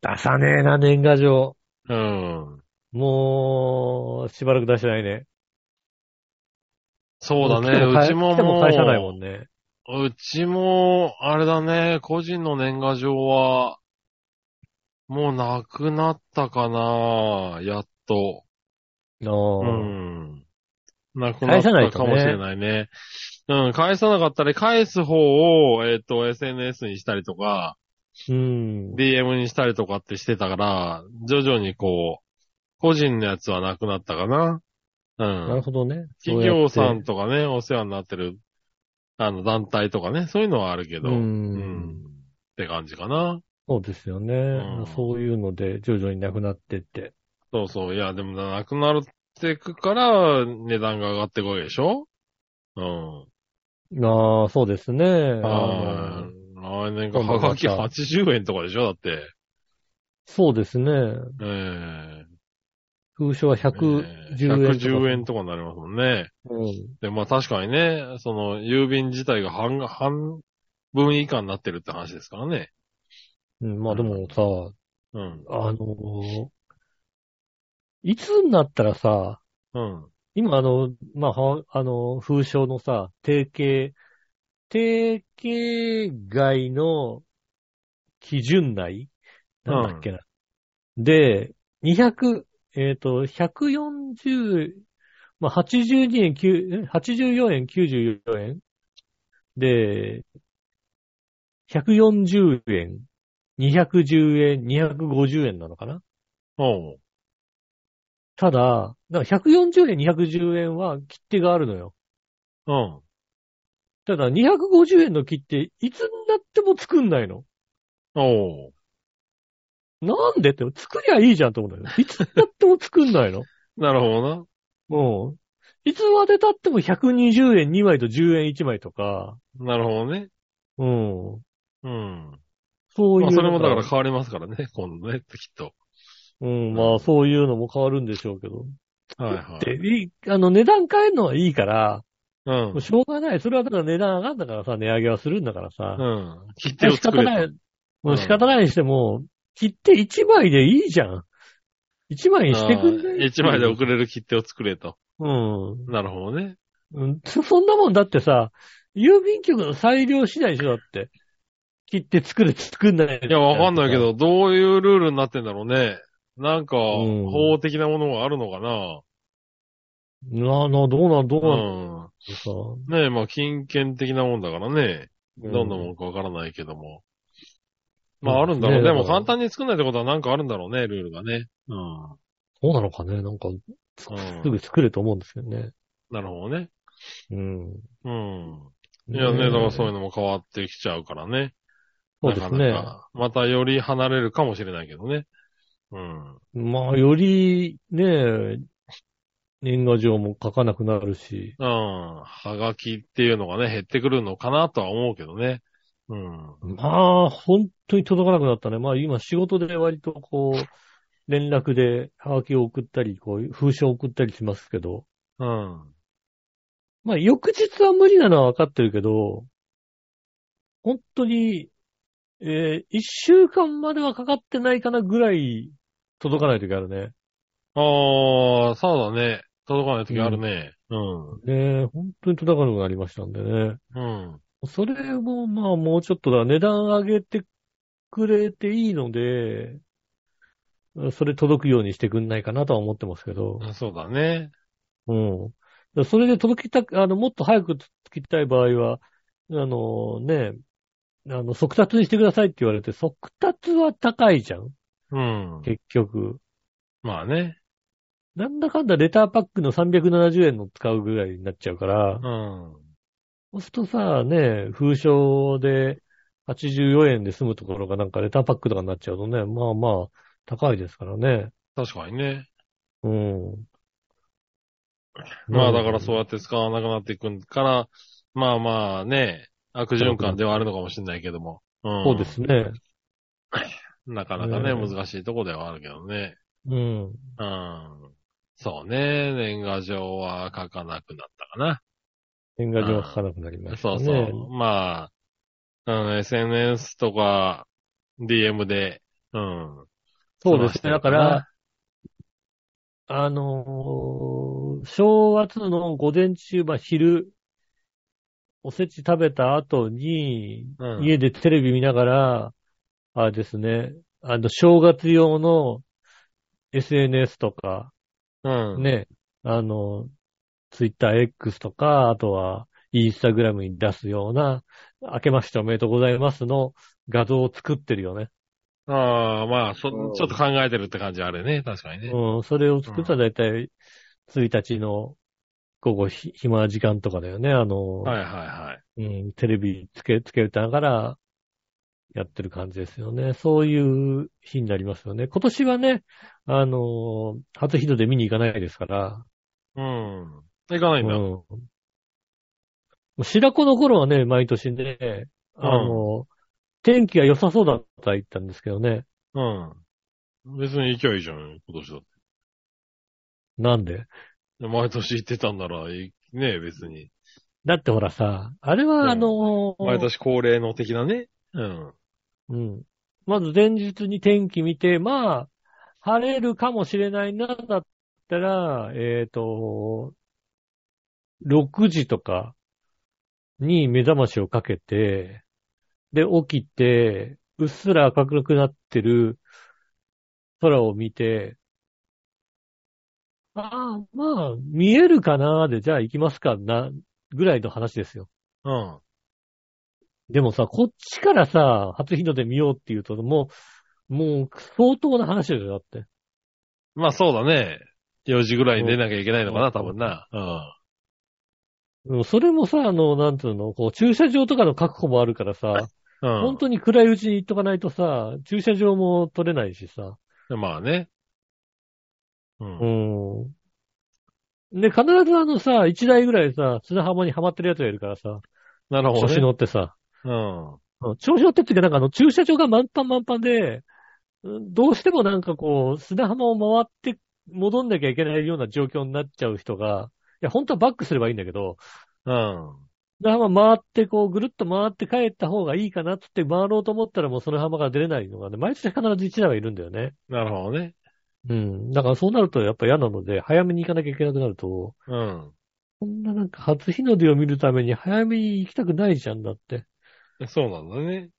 B: 出さねえな、年賀状。
C: うん。
B: もう、しばらく出してないね。
C: そうだ
B: 来て
C: ね。
B: も
C: う
B: 返
C: ちも
B: 来ても
C: も
B: 返さないもんね。
C: う、うちも、あれだね、個人の年賀状は、もうなくなったかなやっと。
B: あ
C: う
B: ー
C: ん。なくな
B: 返
C: っ
B: さないと
C: たか
B: ね
C: もしれないね。うん、返さなかったり、返す方を、えっ、と、SNS にしたりとか、
B: うん。
C: DM にしたりとかってしてたから、徐々にこう、個人のやつはなくなったかな。う
B: なる
C: ん。
B: ほどね。
C: 企業
B: そうや
C: さ
B: っ
C: ん
B: て
C: とかね、お世話になってる、あの、団体とかね、そういうのはあるけど、
B: う
C: うん
B: ん。
C: って感じかな。
B: そうですよね、
C: うん
B: そういうので徐々になくなってって。
C: そうそう。いや、でもなくなってくから、値段が上がってこいでしょうん。
B: ああ、そうですね。あ
C: は
B: の
C: い。来年か、はがき80円とかでしょだって。
B: そうですね。
C: ええ
B: 封書は110円とか。
C: 110円とかになりますもんね。
B: うん。
C: で、まあ確かにね、その、郵便自体が半、半分以下になってるって話ですからね。
B: うん、まあでもさ、
C: うん。
B: あのーいつになったらさ、
C: うん。
B: 今あの、まあ、はあの、風潮のさ、定型、定型外の基準内なんだっけな。で、200、えっ、と、140、まあ、82円、9え84円、94円で、140円、210円、250円なのかな
C: うん。
B: ただ、なんか140円、210円は切手があるのよ。
C: うん。
B: ただ、250円の切手、いつになっても作んないの。
C: おう。
B: なんでって、作りゃいいじゃんと思うんだよ。いつになっても作んないの。
C: なるほどな。
B: うん。いつまで経っても120円2枚と10円1枚とか、
C: なるほどね。
B: うん。
C: うん。
B: そういう。
C: まあ、それもだから変わりますからね、今度ね、きっと。
B: うん、まあそういうのも変わるんでしょうけど。
C: はいは
B: でい
C: い。、
B: いあの、値段変えるのはいいから、
C: うん
B: もう。しょうがない。それはだから値段上がんだからさ、値上げはするんだからさ。
C: うん。切手を
B: 仕
C: 作
B: 方
C: れ
B: ない
C: と。。
B: もう仕方ないにしても、切って1枚でいいじゃん。1枚にしてくんない
C: 1枚で送れる切手を作れと。
B: うん
C: なるほどね。
B: うん。そそんなもんだってさ、郵便局の裁量次第でしょ、だって。切って作る、作んない。
C: いや、わかんないけ。ど、どういうルールになってんだろうね。なんか、
B: うん
C: 法的なものがあるのかな。
B: なあなあ、どうなん、どうなん
C: うん。
B: てさ。
C: ねえ、まあ、金券的なもんだからね。
B: うん
C: どんなもんかわからないけども。まあ、あるんだろ
B: ね
C: う。でも、
B: だから
C: 簡単に作んないってことはなんかあるんだろうね、ルールがね。うん。
B: そうなのかね、なんか、す
C: うん
B: すぐ作ると思うんですけどね。
C: なるほどね。
B: うん。
C: うん。いやね、だからそういうのも変わってきちゃうからね。
B: そうですね
C: なかなかまたより離れるかもしれないけどね。うん。
B: まあ、より、ね、年賀状も書かなくなるし。
C: うん。はがきっていうのがね、減ってくるのかなとは思うけどね。うん。
B: まあ、本当に届かなくなったね。まあ、今仕事で割とこう、連絡でハガキを送ったり、こう、封書を送ったりしますけど。
C: うん。
B: まあ、翌日は無理なのは分かってるけど、本当に、えー一週間まではかかってないかなぐらい届かない時あるね。
C: ああ、そうだね。届かない時あるね。うん。
B: ねえ、本当に届かなくなりましたんでね。
C: うん。
B: それもまあもうちょっとだ、値段上げてくれていいので、それ届くようにしてくんないかなとは思ってますけど。
C: そうだね。
B: うん。だそれで届きたく、あの、もっと早く届きたい場合は、あのね、あの、速達にしてくださいって言われて、速達は高いじゃん
C: うん。
B: 結局。
C: まあね。
B: なんだかんだレターパックの370円の使うぐらいになっちゃうから、
C: うん。
B: そうするとさ、ね、封書で84円で済むところがなんかレターパックとかになっちゃうとね、まあまあ、高いですからね。
C: 確かにね。
B: うん。
C: まあだから
B: う
C: そうやって使わなくなっていくから、まあまあね、悪循環ではあるのかもしれないけども。うん。
B: ん。そうですね。
C: なかなかね、
B: うん
C: 難しいとこではあるけどね。
B: うん。
C: うん。そうね、年賀状は書かなくなったかな。
B: 年賀状が書かなくなりました
C: そ
B: ね。
C: うそう。まあ、あの、SNS とか、DM で、うん。
B: そうですね。
C: 済ま
B: だ
C: せて
B: か
C: る
B: ら、、あのー正月の午前中、まあ昼、おせち食べた後に、
C: うん、
B: 家でテレビ見ながら、あれですね、あの、正月用の SNS とか、
C: うん。
B: ね、あの、TwitterX とか、あとは、インスタグラムに出すような、明けましておめでとうございますの画像を作ってるよね。
C: ああ、まあ、そ、ち
B: う
C: ょ
B: ん
C: っと考えてるって感じあるね。確かにね。
B: うん、それを作ったらだいたい1日の午後ひ暇な時間とかだよね。あの、
C: はいはいはい。
B: うん、テレビつけ、つけながらやってる感じですよね。そういう日になりますよね。今年はね、あのー初日の出見に行かないですから。
C: うん。行かな
B: う
C: いん
B: ん。
C: だ。
B: もう白子の頃はね、毎年ね、あのー天気が良さそうだったら行ったんですけどね。
C: うん。別に行きゃいいじゃん、今年だって
B: なんで
C: で。毎年行ってたんなら、いね別に。
B: だってほらさ、あれ
C: うん
B: はあのー
C: 毎年恒例の的なね。うん。
B: うん。まず前日に天気見て、まあ、晴れるかもしれないな、だったら、えっ、と、 6時とかに目覚ましをかけて、で、起きて、うっすら明るくなってる空を見て、ああ、まあ、見えるかなーで、じゃあ行きますかな、ぐらいの話ですよ。
C: うん。
B: でもさ、こっちからさ、初日の出見ようっていうと、もう、もう、相当な話だよ、だって。
C: まあそうだね。4時ぐらいに出なきゃいけないのかな、多分な。うん。
B: でもそれもさ、あの、なんつうの、こう、駐車場とかの確保もあるからさ、
C: うん。
B: 本当に暗いうちに行っとかないとさ、駐車場も取れないしさ、
C: まあね。う。
B: うんん。で、必ずあのさ、1台ぐらいさ、砂浜にはまってるやつがいるからさ、
C: なるほ
B: 調
C: ど
B: 子
C: ね。
B: 乗ってさ、
C: うん。
B: うん調子乗ってっていうか、なんかあの、駐車場が満帆満帆で、うんどうしてもなんかこう、砂浜を回って戻んなきゃいけないような状況になっちゃう人が、いや、本当はバックすればいいんだけど、
C: うん。
B: 砂浜回ってこう、ぐるっと回って帰った方がいいかなっつって回ろうと思ったらもうその浜から出れないのがね、毎年必ず1台はいるんだよね。
C: なるほどね。
B: うん。だからそうなるとやっぱ嫌なので、早めに行かなきゃいけなくなると、
C: うん。
B: こんななんか初日の出を見るために早めに行きたくないじゃんだって。
C: そうなんだね。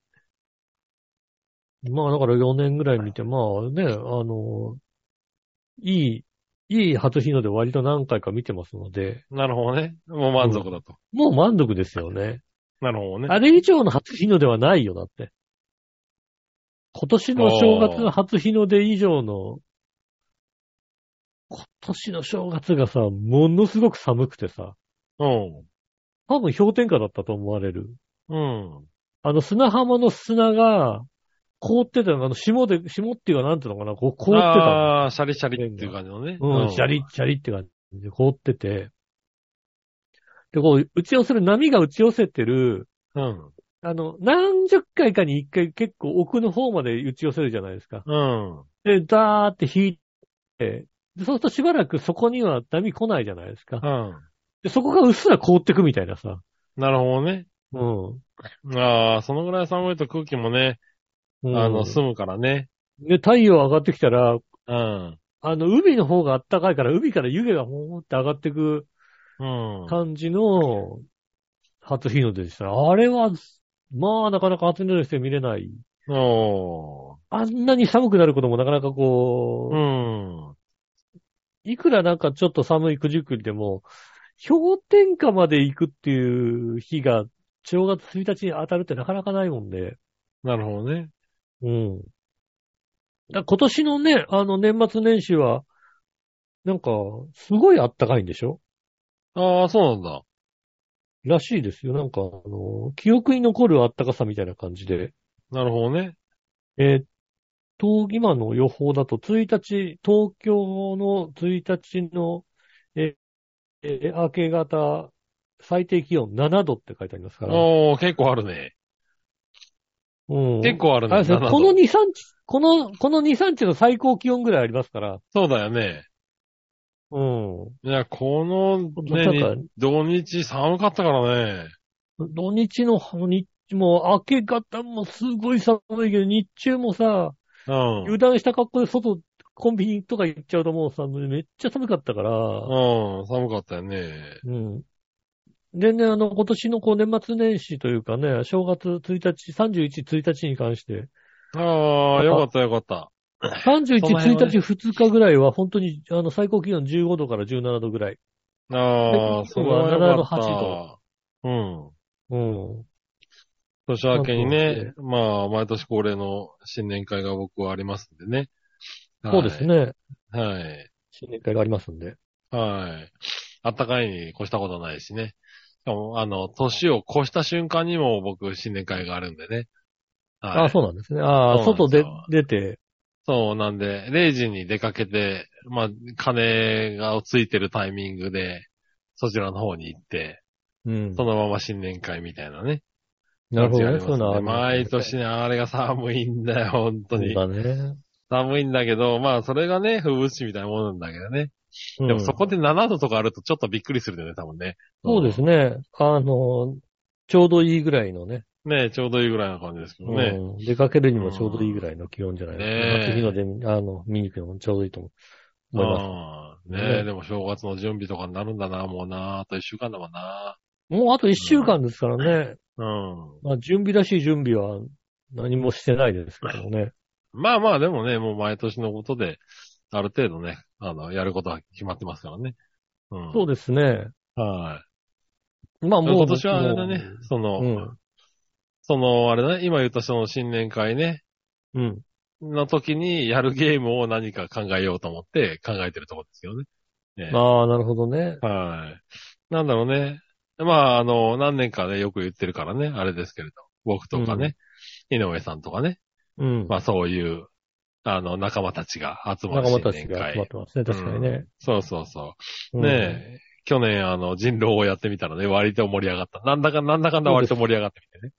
B: まあだから4年ぐらい見て、まあね、あの、いい、いい初日の出割と何回か見てますので、
C: なるほどね。もう満足だと。
B: もう満足ですよね。
C: なるほどね。
B: あれ以上の初日の出はないよ、だって。今年の正月の初日の出以上の、今年の正月がさ、ものすごく寒くてさ、多分氷点下だったと思われる。
C: うん。うん。
B: あの砂浜の砂が凍ってたのが、あの霜で、霜っていうかなんていうのかな、こう凍ってたの
C: ああ、シャリシャリっていう感じのね。
B: うん、シャリッシャリって感じで凍ってて、で、こう、打ち寄せる、波が打ち寄せてる、
C: うん。
B: あの、何十回かに一回結構奥の方まで打ち寄せるじゃないですか。
C: うん。
B: で、ダーって引いて、でそうするとしばらくそこには波来ないじゃないですか
C: う。ん。
B: で、そこがうっすら凍ってくみたいなさ。
C: なるほどね。
B: うん。
C: ああ、そのぐらい寒いと空気もね、
B: うん
C: あの、済むからね。
B: で、太陽上がってきたら、
C: うん。
B: あの、海の方が暖かいから、海から湯気がほーって上がってく
C: うん。
B: 感じの初日の出でした。あれは、まあ、なかなか初日の出して見れない。
C: お
B: あんなに寒くなることもなかなか
C: ー
B: こ
C: う
B: う、
C: ん。
B: いくらなんかちょっと寒い九十九里でも、氷点下まで行くっていう日が、正月1日に当たるってなかなかないもんで。
C: なるほどね。
B: うん。だから今年のね、あの年末年始は、なんか、すごいあったかいんでしょ
C: ああ、そうなんだ。
B: らしいですよ。なんか、あの、記憶に残るあったかさみたいな感じで。
C: なるほどね。
B: えーっと、今の予報だと、1日、東京の1日の、えー、えー明け方、最低気温7度って書いてありますから。
C: おー、結構あるね。
B: うん、
C: 結構あるね。
B: あれですよ
C: 7度
B: この2、3日、この、この2、3日の最高気温ぐらいありますから。
C: そうだよね。
B: うん。
C: いや、この、
B: なんか
C: ね、土日寒かったからね。
B: 土日の、日、もう明け方もすごい寒いけど、日中もさ、
C: うん。
B: 油断した格好で外、コンビニとか行っちゃうともうさ、めっちゃ寒かったから。
C: うん、寒かったよね。
B: うん。でね、あの、今年のこう年末年始というかね、正月1日、31、1日に関して、
C: ああ、よかったよかった。
B: 31、
C: その辺は
B: 1
C: ね
B: 日、2日ぐらいは本当に、あの、最高気温15度から17度ぐらい。
C: ああ、
B: で
C: それはよ
B: 今
C: か
B: 度
C: った。
B: は7度
C: うん。
B: うん。
C: 年明けに
B: そう
C: ね
B: で、
C: まあ、毎年恒例の新年会が僕はありますんでね。
B: そうです。ね。
C: はい。
B: 新年会がありますんで。
C: はい。あったかいに越したことないしね。しかも、あの、年を越した瞬間にも僕、新年会があるんでね。はい。
B: あそうなんですね。ああ、
C: そう
B: 外
C: なんです
B: で
C: よ
B: 出て、
C: そうなんで、0時に出かけて、まあ、金がついてるタイミングで、そちらの方に行って、
B: うん
C: そのまま新年会みたいなね。
B: なるほどね。
C: そ
B: そういうのはある
C: 毎年ね、あれが寒いんだよ、本当に。
B: そうだね。
C: 寒いんだけど、まあ、それがね、風物詩みたいなものなんだけどね。
B: うん
C: でもそこで7度とかあるとちょっとびっくりするよね、多分ね。
B: そうですね。あの、ちょうどいいぐらいのね。
C: ねちょうどいいぐらいな感じですけどね。
B: うん出かけるにもちょうどいいぐらいの気温じゃないですか。
C: ねえ
B: 初日の出、あの、見に行くのもちょうどいいと思う
C: うん
B: 思います。
C: ねえ、
B: ね
C: でも正月の準備とかになるんだな、もうな。あと一週間だもんな。
B: もうあと一週間ですからね。
C: うん。
B: まあ、準備らしい準備は何もしてないですけどね。
C: まあまあ、でもね、もう毎年のことで、ある程度ね、あの、やることは決まってますからね。うん。
B: そうですね。
C: はい。
B: まあ、もう。
C: 今年はあれだね、その、
B: うん
C: その、あれだね、今言ったその新年会ね、
B: うん。
C: の時にやるゲームを何か考えようと思って考えてるところですけどね。ね
B: ああ、なるほどね。
C: はい。なんだろうね。まあ、あの、何年かね、よく言ってるからね、あれですけれど。僕とかね、井上さんとかね、
B: うん。
C: まあそういう、あの、仲間たちが集まる
B: 仲間た
C: 新
B: ち
C: 年
B: が集まっ
C: 会。
B: てますね、確かにね。
C: そうそうそう。
B: うん
C: ねえ、去年、あの、人狼をやってみたらね、割と盛り上がった。なんだか、なんだかんだ割と盛り上がってみてね。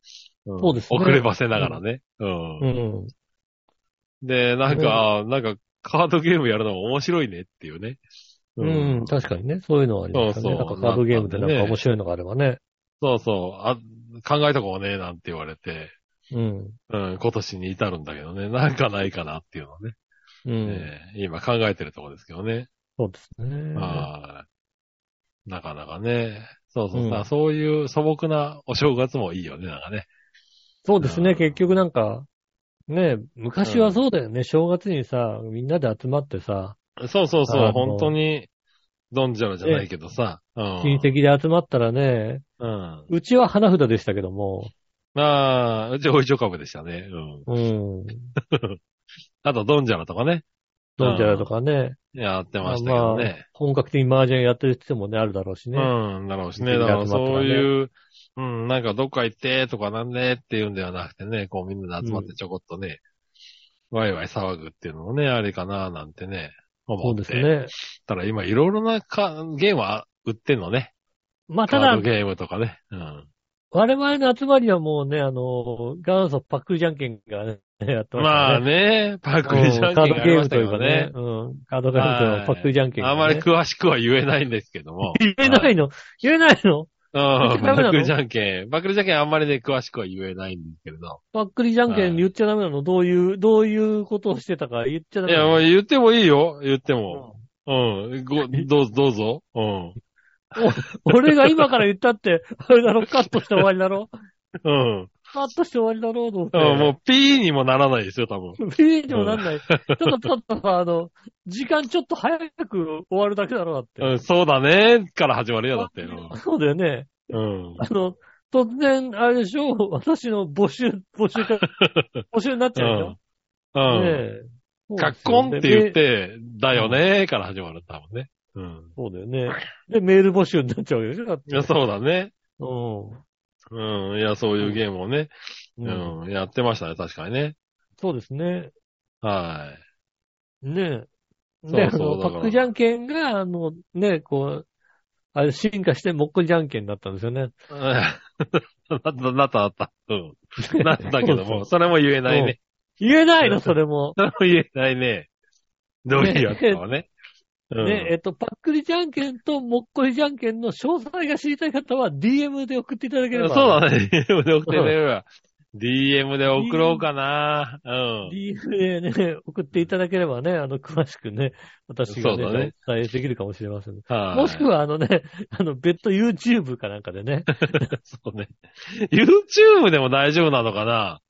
C: ん
B: そうですね
C: 遅ればせながらね。うん。
B: うん。
C: で、なん
B: うん
C: か、あーなんか、カードゲームやるのも面白いねっていうね。
B: うん、確かにね。そういうのはありますよね。な
C: そうんそう
B: かカードゲームでなん
C: なんか
B: か
C: ね
B: 面白いのがあればね。
C: そうそう。あ、考えたこね、なんて言われて。
B: うん。
C: うん、今年に至るんだけどね、なんかないかなっていうのをね、
B: うん。
C: えー今考えてるところですけどね。
B: そうですね。
C: はいなかなかね、そうそう、
B: うん
C: さそういう素朴なお正月もいいよね、なんかね。
B: そうです
C: う
B: ね。
C: ん
B: 結局なんか、ね、昔はそうだよね。正月にさ、みんなで集まってさ、
C: そうそうそ
B: あ
C: う、
B: の
C: 本当に、ドンジャラじゃないけどさ、うん。
B: 親戚で集まったらね、
C: うん。
B: うちは花札でしたけども、
C: まあ、うちおいちょ株でしたね。うん。
B: うん。
C: あと、ドンジャラとかね、
B: ドンジャラとかね、
C: やってましたけどね。
B: 本格的に麻雀やってる人もね、あるだろうしね。
C: うん、だろうしね。
B: みん
C: だ
B: な
C: から
B: 集まった
C: そ
B: らね
C: ういう、うん、なんかどっか行ってとかなんでっていうんではなくてね、こうみんなで集まってちょこっとね、ワイワイ騒ぐっていうのもね、あれかななんてね、
B: そ
C: 思
B: う
C: って。
B: です。ね。
C: たら今いろいろなかゲームは売ってんのね。
B: まあ、
C: カ
B: た
C: ー
B: だ
C: ド、ゲームとかね。うん。
B: 我々の集まりはもうね、あの、元祖パックリじゃんけんがね、 やってました
C: まあ
B: ね。
C: ね、パークリジャ
B: う
C: ン
B: んカー
C: ケ
B: ド
C: ンがあ
B: ゲ
C: り
B: ー
C: ま
B: ム
C: した
B: とい
C: け
B: うか
C: ど
B: ね
C: ね。。
B: うん。カードゲームというか、パックリじゃんけんが
C: あ
B: ね。
C: まり詳しくは言えないんですけど も。
B: 言えないの言えないの
C: うん、
B: 言っちゃダメ
C: パー
B: なの
C: クリジャンケン。パークリジャンケンあんまりね、詳しくは言えないんですけれど。
B: パックリじゃんけん言っちゃダメなのどういう、どういうことをしてたか言っちゃダ
C: い
B: メ
C: や、
B: な
C: も
B: の
C: う言ってもいいよ、言って
B: う
C: も。
B: ん
C: うん。ご、どうぞ、どうぞ。うん。
B: 俺が今から言ったって、あれだろ、カットして終わりだろ
C: うん。
B: カットして終わりだろうと思って。
C: うんもう、ピーにもならないですよ、多分。
B: う。ビーにもなんない。ちょっと、ちょっと、あの、時間ちょっと早く終わるだけだろ、だって。
C: うん、そうだね、から始まるよ、だって。
B: そうだよね。
C: うん。
B: あの、突然、あれでしょ私の募集、募集 か、募集になっち
C: う
B: ゃうでしょ
C: ん。、うん。
B: ねえ
C: カッコンって言っ。
B: で
C: て、だよね、から始まる、多分ね。うん。
B: そうだよね。で、メール募集になっちゃうわけでしょだっ
C: いや、
B: て。
C: そうだね。
B: う
C: うん。いや、そういうゲームをね、
B: ん。うん。
C: うん、やってましたね、確かにね。
B: そうですね。
C: は
B: ねえ。
C: そ
B: で、
C: う
B: あ
C: そう
B: の、
C: だ
B: パ
C: から
B: ックじゃんけんが、あの、ねえ、こう、あれ、進化して、もっこりじゃんけんになったんですよね。
C: い。うんなった、なった、なった。 うん。なったけど
B: そうそ
C: も、それも言えないね。
B: 言えないの、それも。
C: それも 言えないね。どういうやつかはね。うん
B: ねえ、っと、パックリじゃんけんともっこりじゃんけんの詳細が知りたい方は、DM で送っていただければ。
C: そうだね。DM で送ってく れれば。DM で送ろうかな。うん。
B: DM でね、送っていただければね、あの、詳しくね、私がね、
C: そうだね
B: お伝えできるかもしれません。
C: はい
B: もしく。は、あのね、 あの、別途 YouTube かなんかでね、
C: そうね。YouTube でも大丈夫なのかな。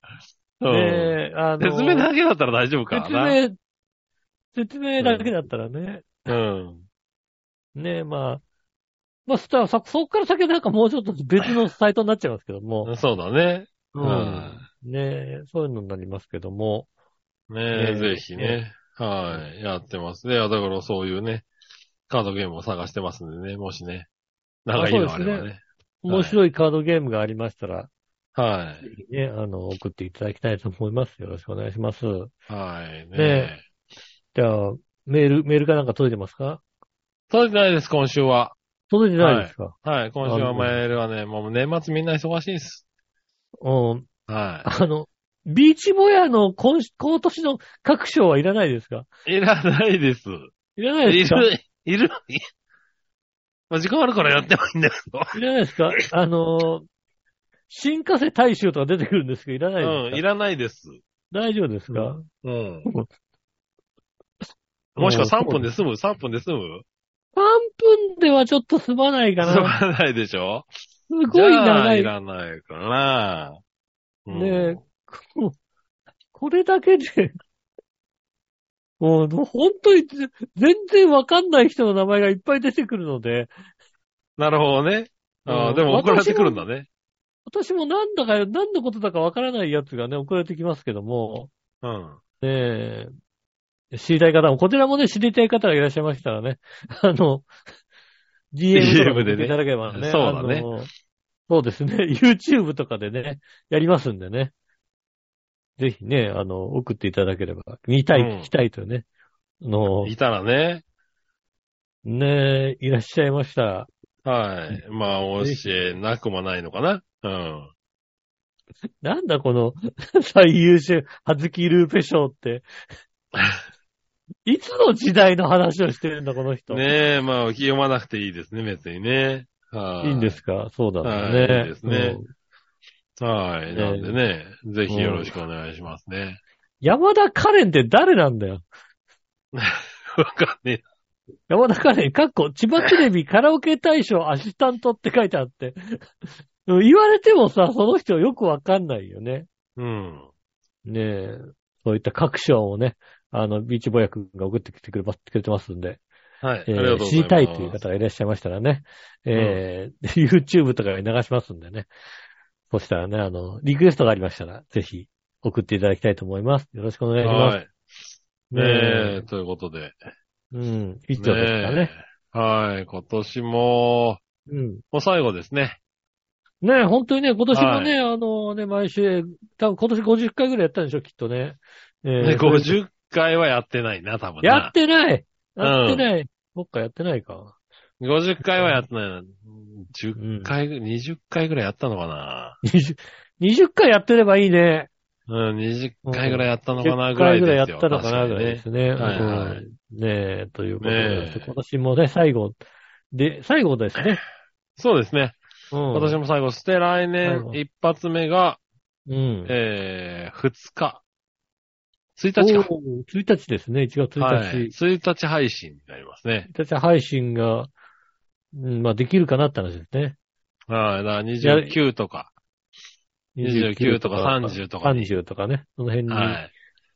C: うん。
B: ねあの
C: 説明だけだったら大丈夫か
B: 説
C: な。
B: 明、説明だけだったらね、
C: うん。
B: ねまあ、まあ、そしたらさ、そこから先はなんかもうちょっと別のサイトになっちゃいますけども、
C: そうだね。
B: う
C: うん
B: ん。ねそういうのになりますけども、
C: ねえ、
B: ねえ
C: ぜひね。はい。やってますね。いやだからそういうね、カードゲームを探してますんでね、もしね。なんかいいのあれば
B: あそうで
C: ね。
B: 面白いカードゲームがありましたら、
C: はい。
B: ぜひね、あの、送っていただきたいと思います。よろしくお願いします。
C: はい。
B: ね
C: ねえ
B: え。じゃあ、メール、メールかなんか届いてますか
C: 届いてないです、今週は。
B: 届いてないですか、
C: はい。今週はメールはね、もう年末みんな忙しいです。
B: うん。
C: はい。
B: あの、ビーチボヤの今し今年の各賞はいらないですか
C: いらないです。
B: いらない
C: い
B: ですか
C: る、いる。まあ時間あるからやってもいいんだけど。
B: いらないですかあの、新加瀬大衆とか出てくるんですけど、いらないですか、
C: うん、いらないです。
B: 大丈夫ですか、
C: うん。もしくは3分で済む ?3 分で済む
B: 3分ではちょっと済まないか
C: 済
B: な。
C: まないでしょ
B: すごい
C: じゃあ
B: 長い。ね
C: いらないかな。うん
B: え、ここれだけで、もう、本当にぜ全然わかんない人の名前がいっぱい出てくるので、
C: なるほどね。あ
B: う
C: あ、
B: ん
C: でも送られてくるんだね。
B: 私もなんだか、何のことだかわからないやつがね、送られてきますけども、
C: うん。
B: ねえ、知りたい方も、こちらもね、知りたい方がいらっしゃいましたらね、 あの、DM とか
C: DM でね
B: 送っていただければね。
C: そうだね
B: あの。そうですね。YouTube とかでね、やりますんでね。ぜひね、あの、送っていただければ、見たい、
C: うん
B: 聞きたいというね、あの、
C: いたらね。
B: ねえ、いらっしゃいました。
C: はい。まあ、教えなくもないのかな。うん。
B: なんだこの 最優秀、はずきルーペ賞 って。いつの時代の話をしてるんだ、この人。
C: ねえ、まあ、読まなくていいですね、別にね。はい。
B: いいんですかそうだ
C: は
B: ね。
C: いいいですね
B: うん
C: はい。なんでね、ぜひ
B: うん
C: よろしくお願いしますね。
B: 山田カレンって誰なんだよ。
C: わかんね
B: 山田カレン、かっこ、千葉テレビカラオケ大賞アシスタントって書いてあって。 でも言われてもさ、その人よくわかんないよね。
C: え。うん。
B: ねえ。そういった各賞をね、あの、ビーチボヤ君が送ってきてくればくれてますんで、
C: はい。あ
B: え
C: りがとうござ
B: ー
C: います。
B: 知りたいという方がいらっしゃいましたらね、えー YouTube とかに流しますんでね。そしたらね、あの、リクエストがありましたら、ぜひ送っていただきたいと思います。よろしくお願いします。
C: はい。ねえ、ということで。
B: うん。以上ですかね。
C: ねえはい。今年も、
B: うん。
C: もう最後ですね。
B: ねえ、本当にね、今年もね、あのね、毎週、多分今年50回ぐらいやったんでしょ、きっとね。えー
C: ね、50回はやってないな、多分な。
B: やってない
C: うん
B: やってない、そっか、やってないか。
C: 50回はやってないな。
B: う
C: 10
B: ん、
C: 回、20回ぐらいやったのかな。
B: 20, 20回やってればいいね。
C: うん、20回ぐらいやったのかな、
B: 10
C: ぐら
B: 回
C: い
B: ぐ
C: です
B: らい
C: よ。
B: やったのかな、ぐらいで
C: ね。
B: すね。
C: はいはい
B: うんねえ、ということ
C: ね
B: で
C: え、
B: 今年もね、最後、で、最後ですね。
C: そうですね。
B: うん。
C: 今年も最後して、来
B: 最
C: 年
B: 後
C: 一発目が、
B: うん。
C: えー、2日。1日か。
B: おー1日ですね、1月1日。
C: はい。1日配信になりますね。
B: 1日配信が、うん、まあ、できるかなって話ですね。
C: はい。だから29とか。29とか30とかに
B: 30とかね。その辺に。
C: は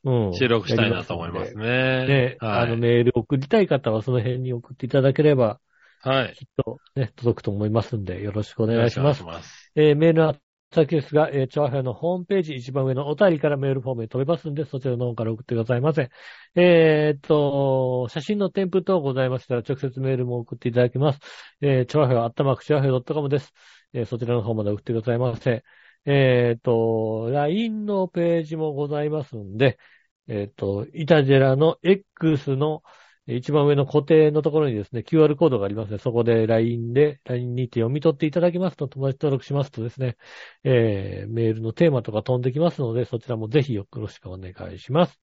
B: う
C: い。収録したいなと思います。ね。
B: で、
C: は
B: あの
C: い。
B: メール送りたい方はその辺に送っていただければ、
C: はい。
B: きっとね、届くと思いますんで、よろしくお願いします。
C: お願いします。
B: えーメールの先ですが、えー、調和表のホームページ一番上のお便りからメールフォームに飛べますんで、そちらの方から送ってくださいませ。えーっと、写真の添付等ございましたら、直接メールも送っていただきます。えー、調和表、あったまく調和表 .com です。えーそちらの方まで送ってくださいませ。えーっと、LINE のページもございますんで、えーっと、イタジェラの X のえー一番上の固定のところにですね、QR コードがありますね。そこで LINE で、LINE にて読み取っていただきますと、友達登録しますとですね、えー、メールのテーマとか飛んできますので、そちらもぜひよろしくお願いします。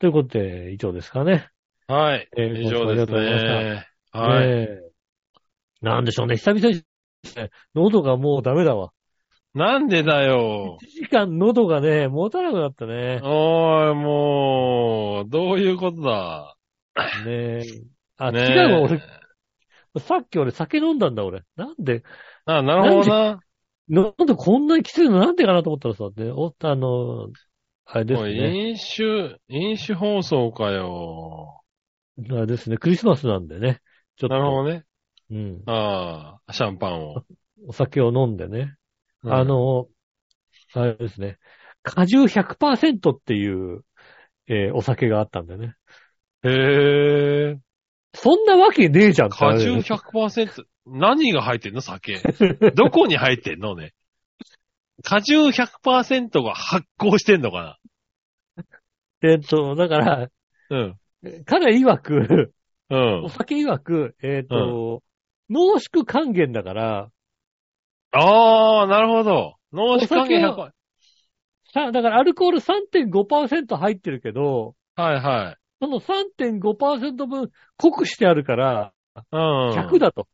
B: ということで、以上ですかね。
C: はい。
B: えー
C: 以上ですね。はい。
B: ねえなんでしょうね、久々に、ね、喉がもうダメだわ。
C: なんでだ よ。
B: 1時間喉がね、持たなくなったね。
C: おい、もう、どういうことだ。
B: ねえあ、
C: ねえ
B: 違うわ、俺、さっき俺酒飲んだんだ、俺。なんで、
C: あ、なるほどな。
B: 喉こんなにきついのなんでかなと思ったらさ、で、お、あの、あれです
C: もう
B: ね。
C: 飲酒、飲酒放送かよ。
B: あれですね、クリスマスなんでね。ちょっと、
C: なるほどね。
B: うん。
C: ああ、シャンパンを。
B: お酒を飲んでね。
C: うん
B: あ、の、あれですね、果汁100%っていう、えーお酒があったんだよね。
C: へえ。
B: そんなわけねえじゃんってあ
C: 果
B: れだよ
C: 汁
B: ね
C: 100%。何が入ってんの酒。どこに入ってんのね。果汁100%が発酵してんのか
B: えっと、だから、
C: な。
B: 彼曰 く、
C: うん。う
B: お
C: ん。
B: 酒曰く、えっ、と、濃縮還元だから、
C: ああ、なるほど。脳死還元100%。は
B: さ、だからアルコール3.5%入ってるけど、
C: いはい。
B: その3.5%分濃くしてあるから、
C: うん。
B: 100だと。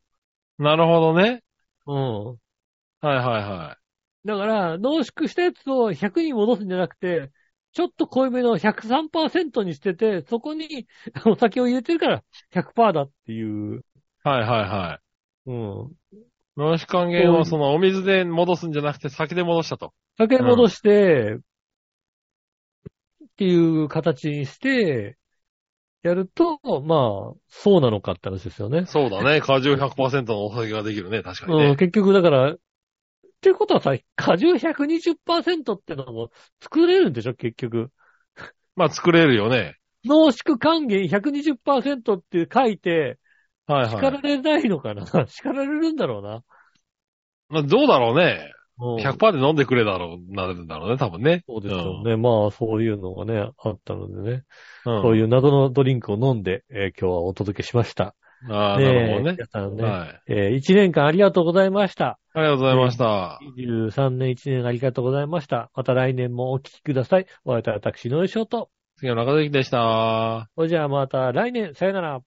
C: なるほどね。
B: うん。
C: はいはいはい。
B: だから、濃縮したやつを100に戻すんじゃなくて、ちょっと濃いめの103%にしてて、そこに お酒を入れてるから100%だっていう。
C: はいはいは
B: うん。
C: い。濃縮還元をそのお水で戻すんじゃなくて酒で戻したと。
B: 酒戻して、っていう形にして、やると、まあ、そうなのかって話ですよね。
C: そうだね。果汁100%のお酒ができるね。確かに
B: うん、
C: ね。
B: 結局だから、ってことはさ、果汁120%ってのも作れるんでしょ結局。
C: まあ作れるよね。
B: 濃縮還元120%って書いて、
C: はい
B: 叱
C: は
B: ら
C: い。
B: れないのかな、 叱られるんだろうな。
C: まあどうだろうね。
B: うん
C: 100%で飲んでくれだろう、なるんだろうね、多分ね。
B: そうですよね。まあ、そういうのがね、あったのでね。
C: うん。
B: そういう謎のドリンクを飲んで、えー今日はお届けしました。
C: ああ、なるほどね。
B: 皆さんね、
C: はい。
B: え1年間ありがとうございました。
C: ありがとうございました。
B: 23年1年ありがとうございました。また来年もお聞きください。お会いいたい私、ノイショート。
C: 次の中関でした。
B: それじゃあまた来年、さよなら。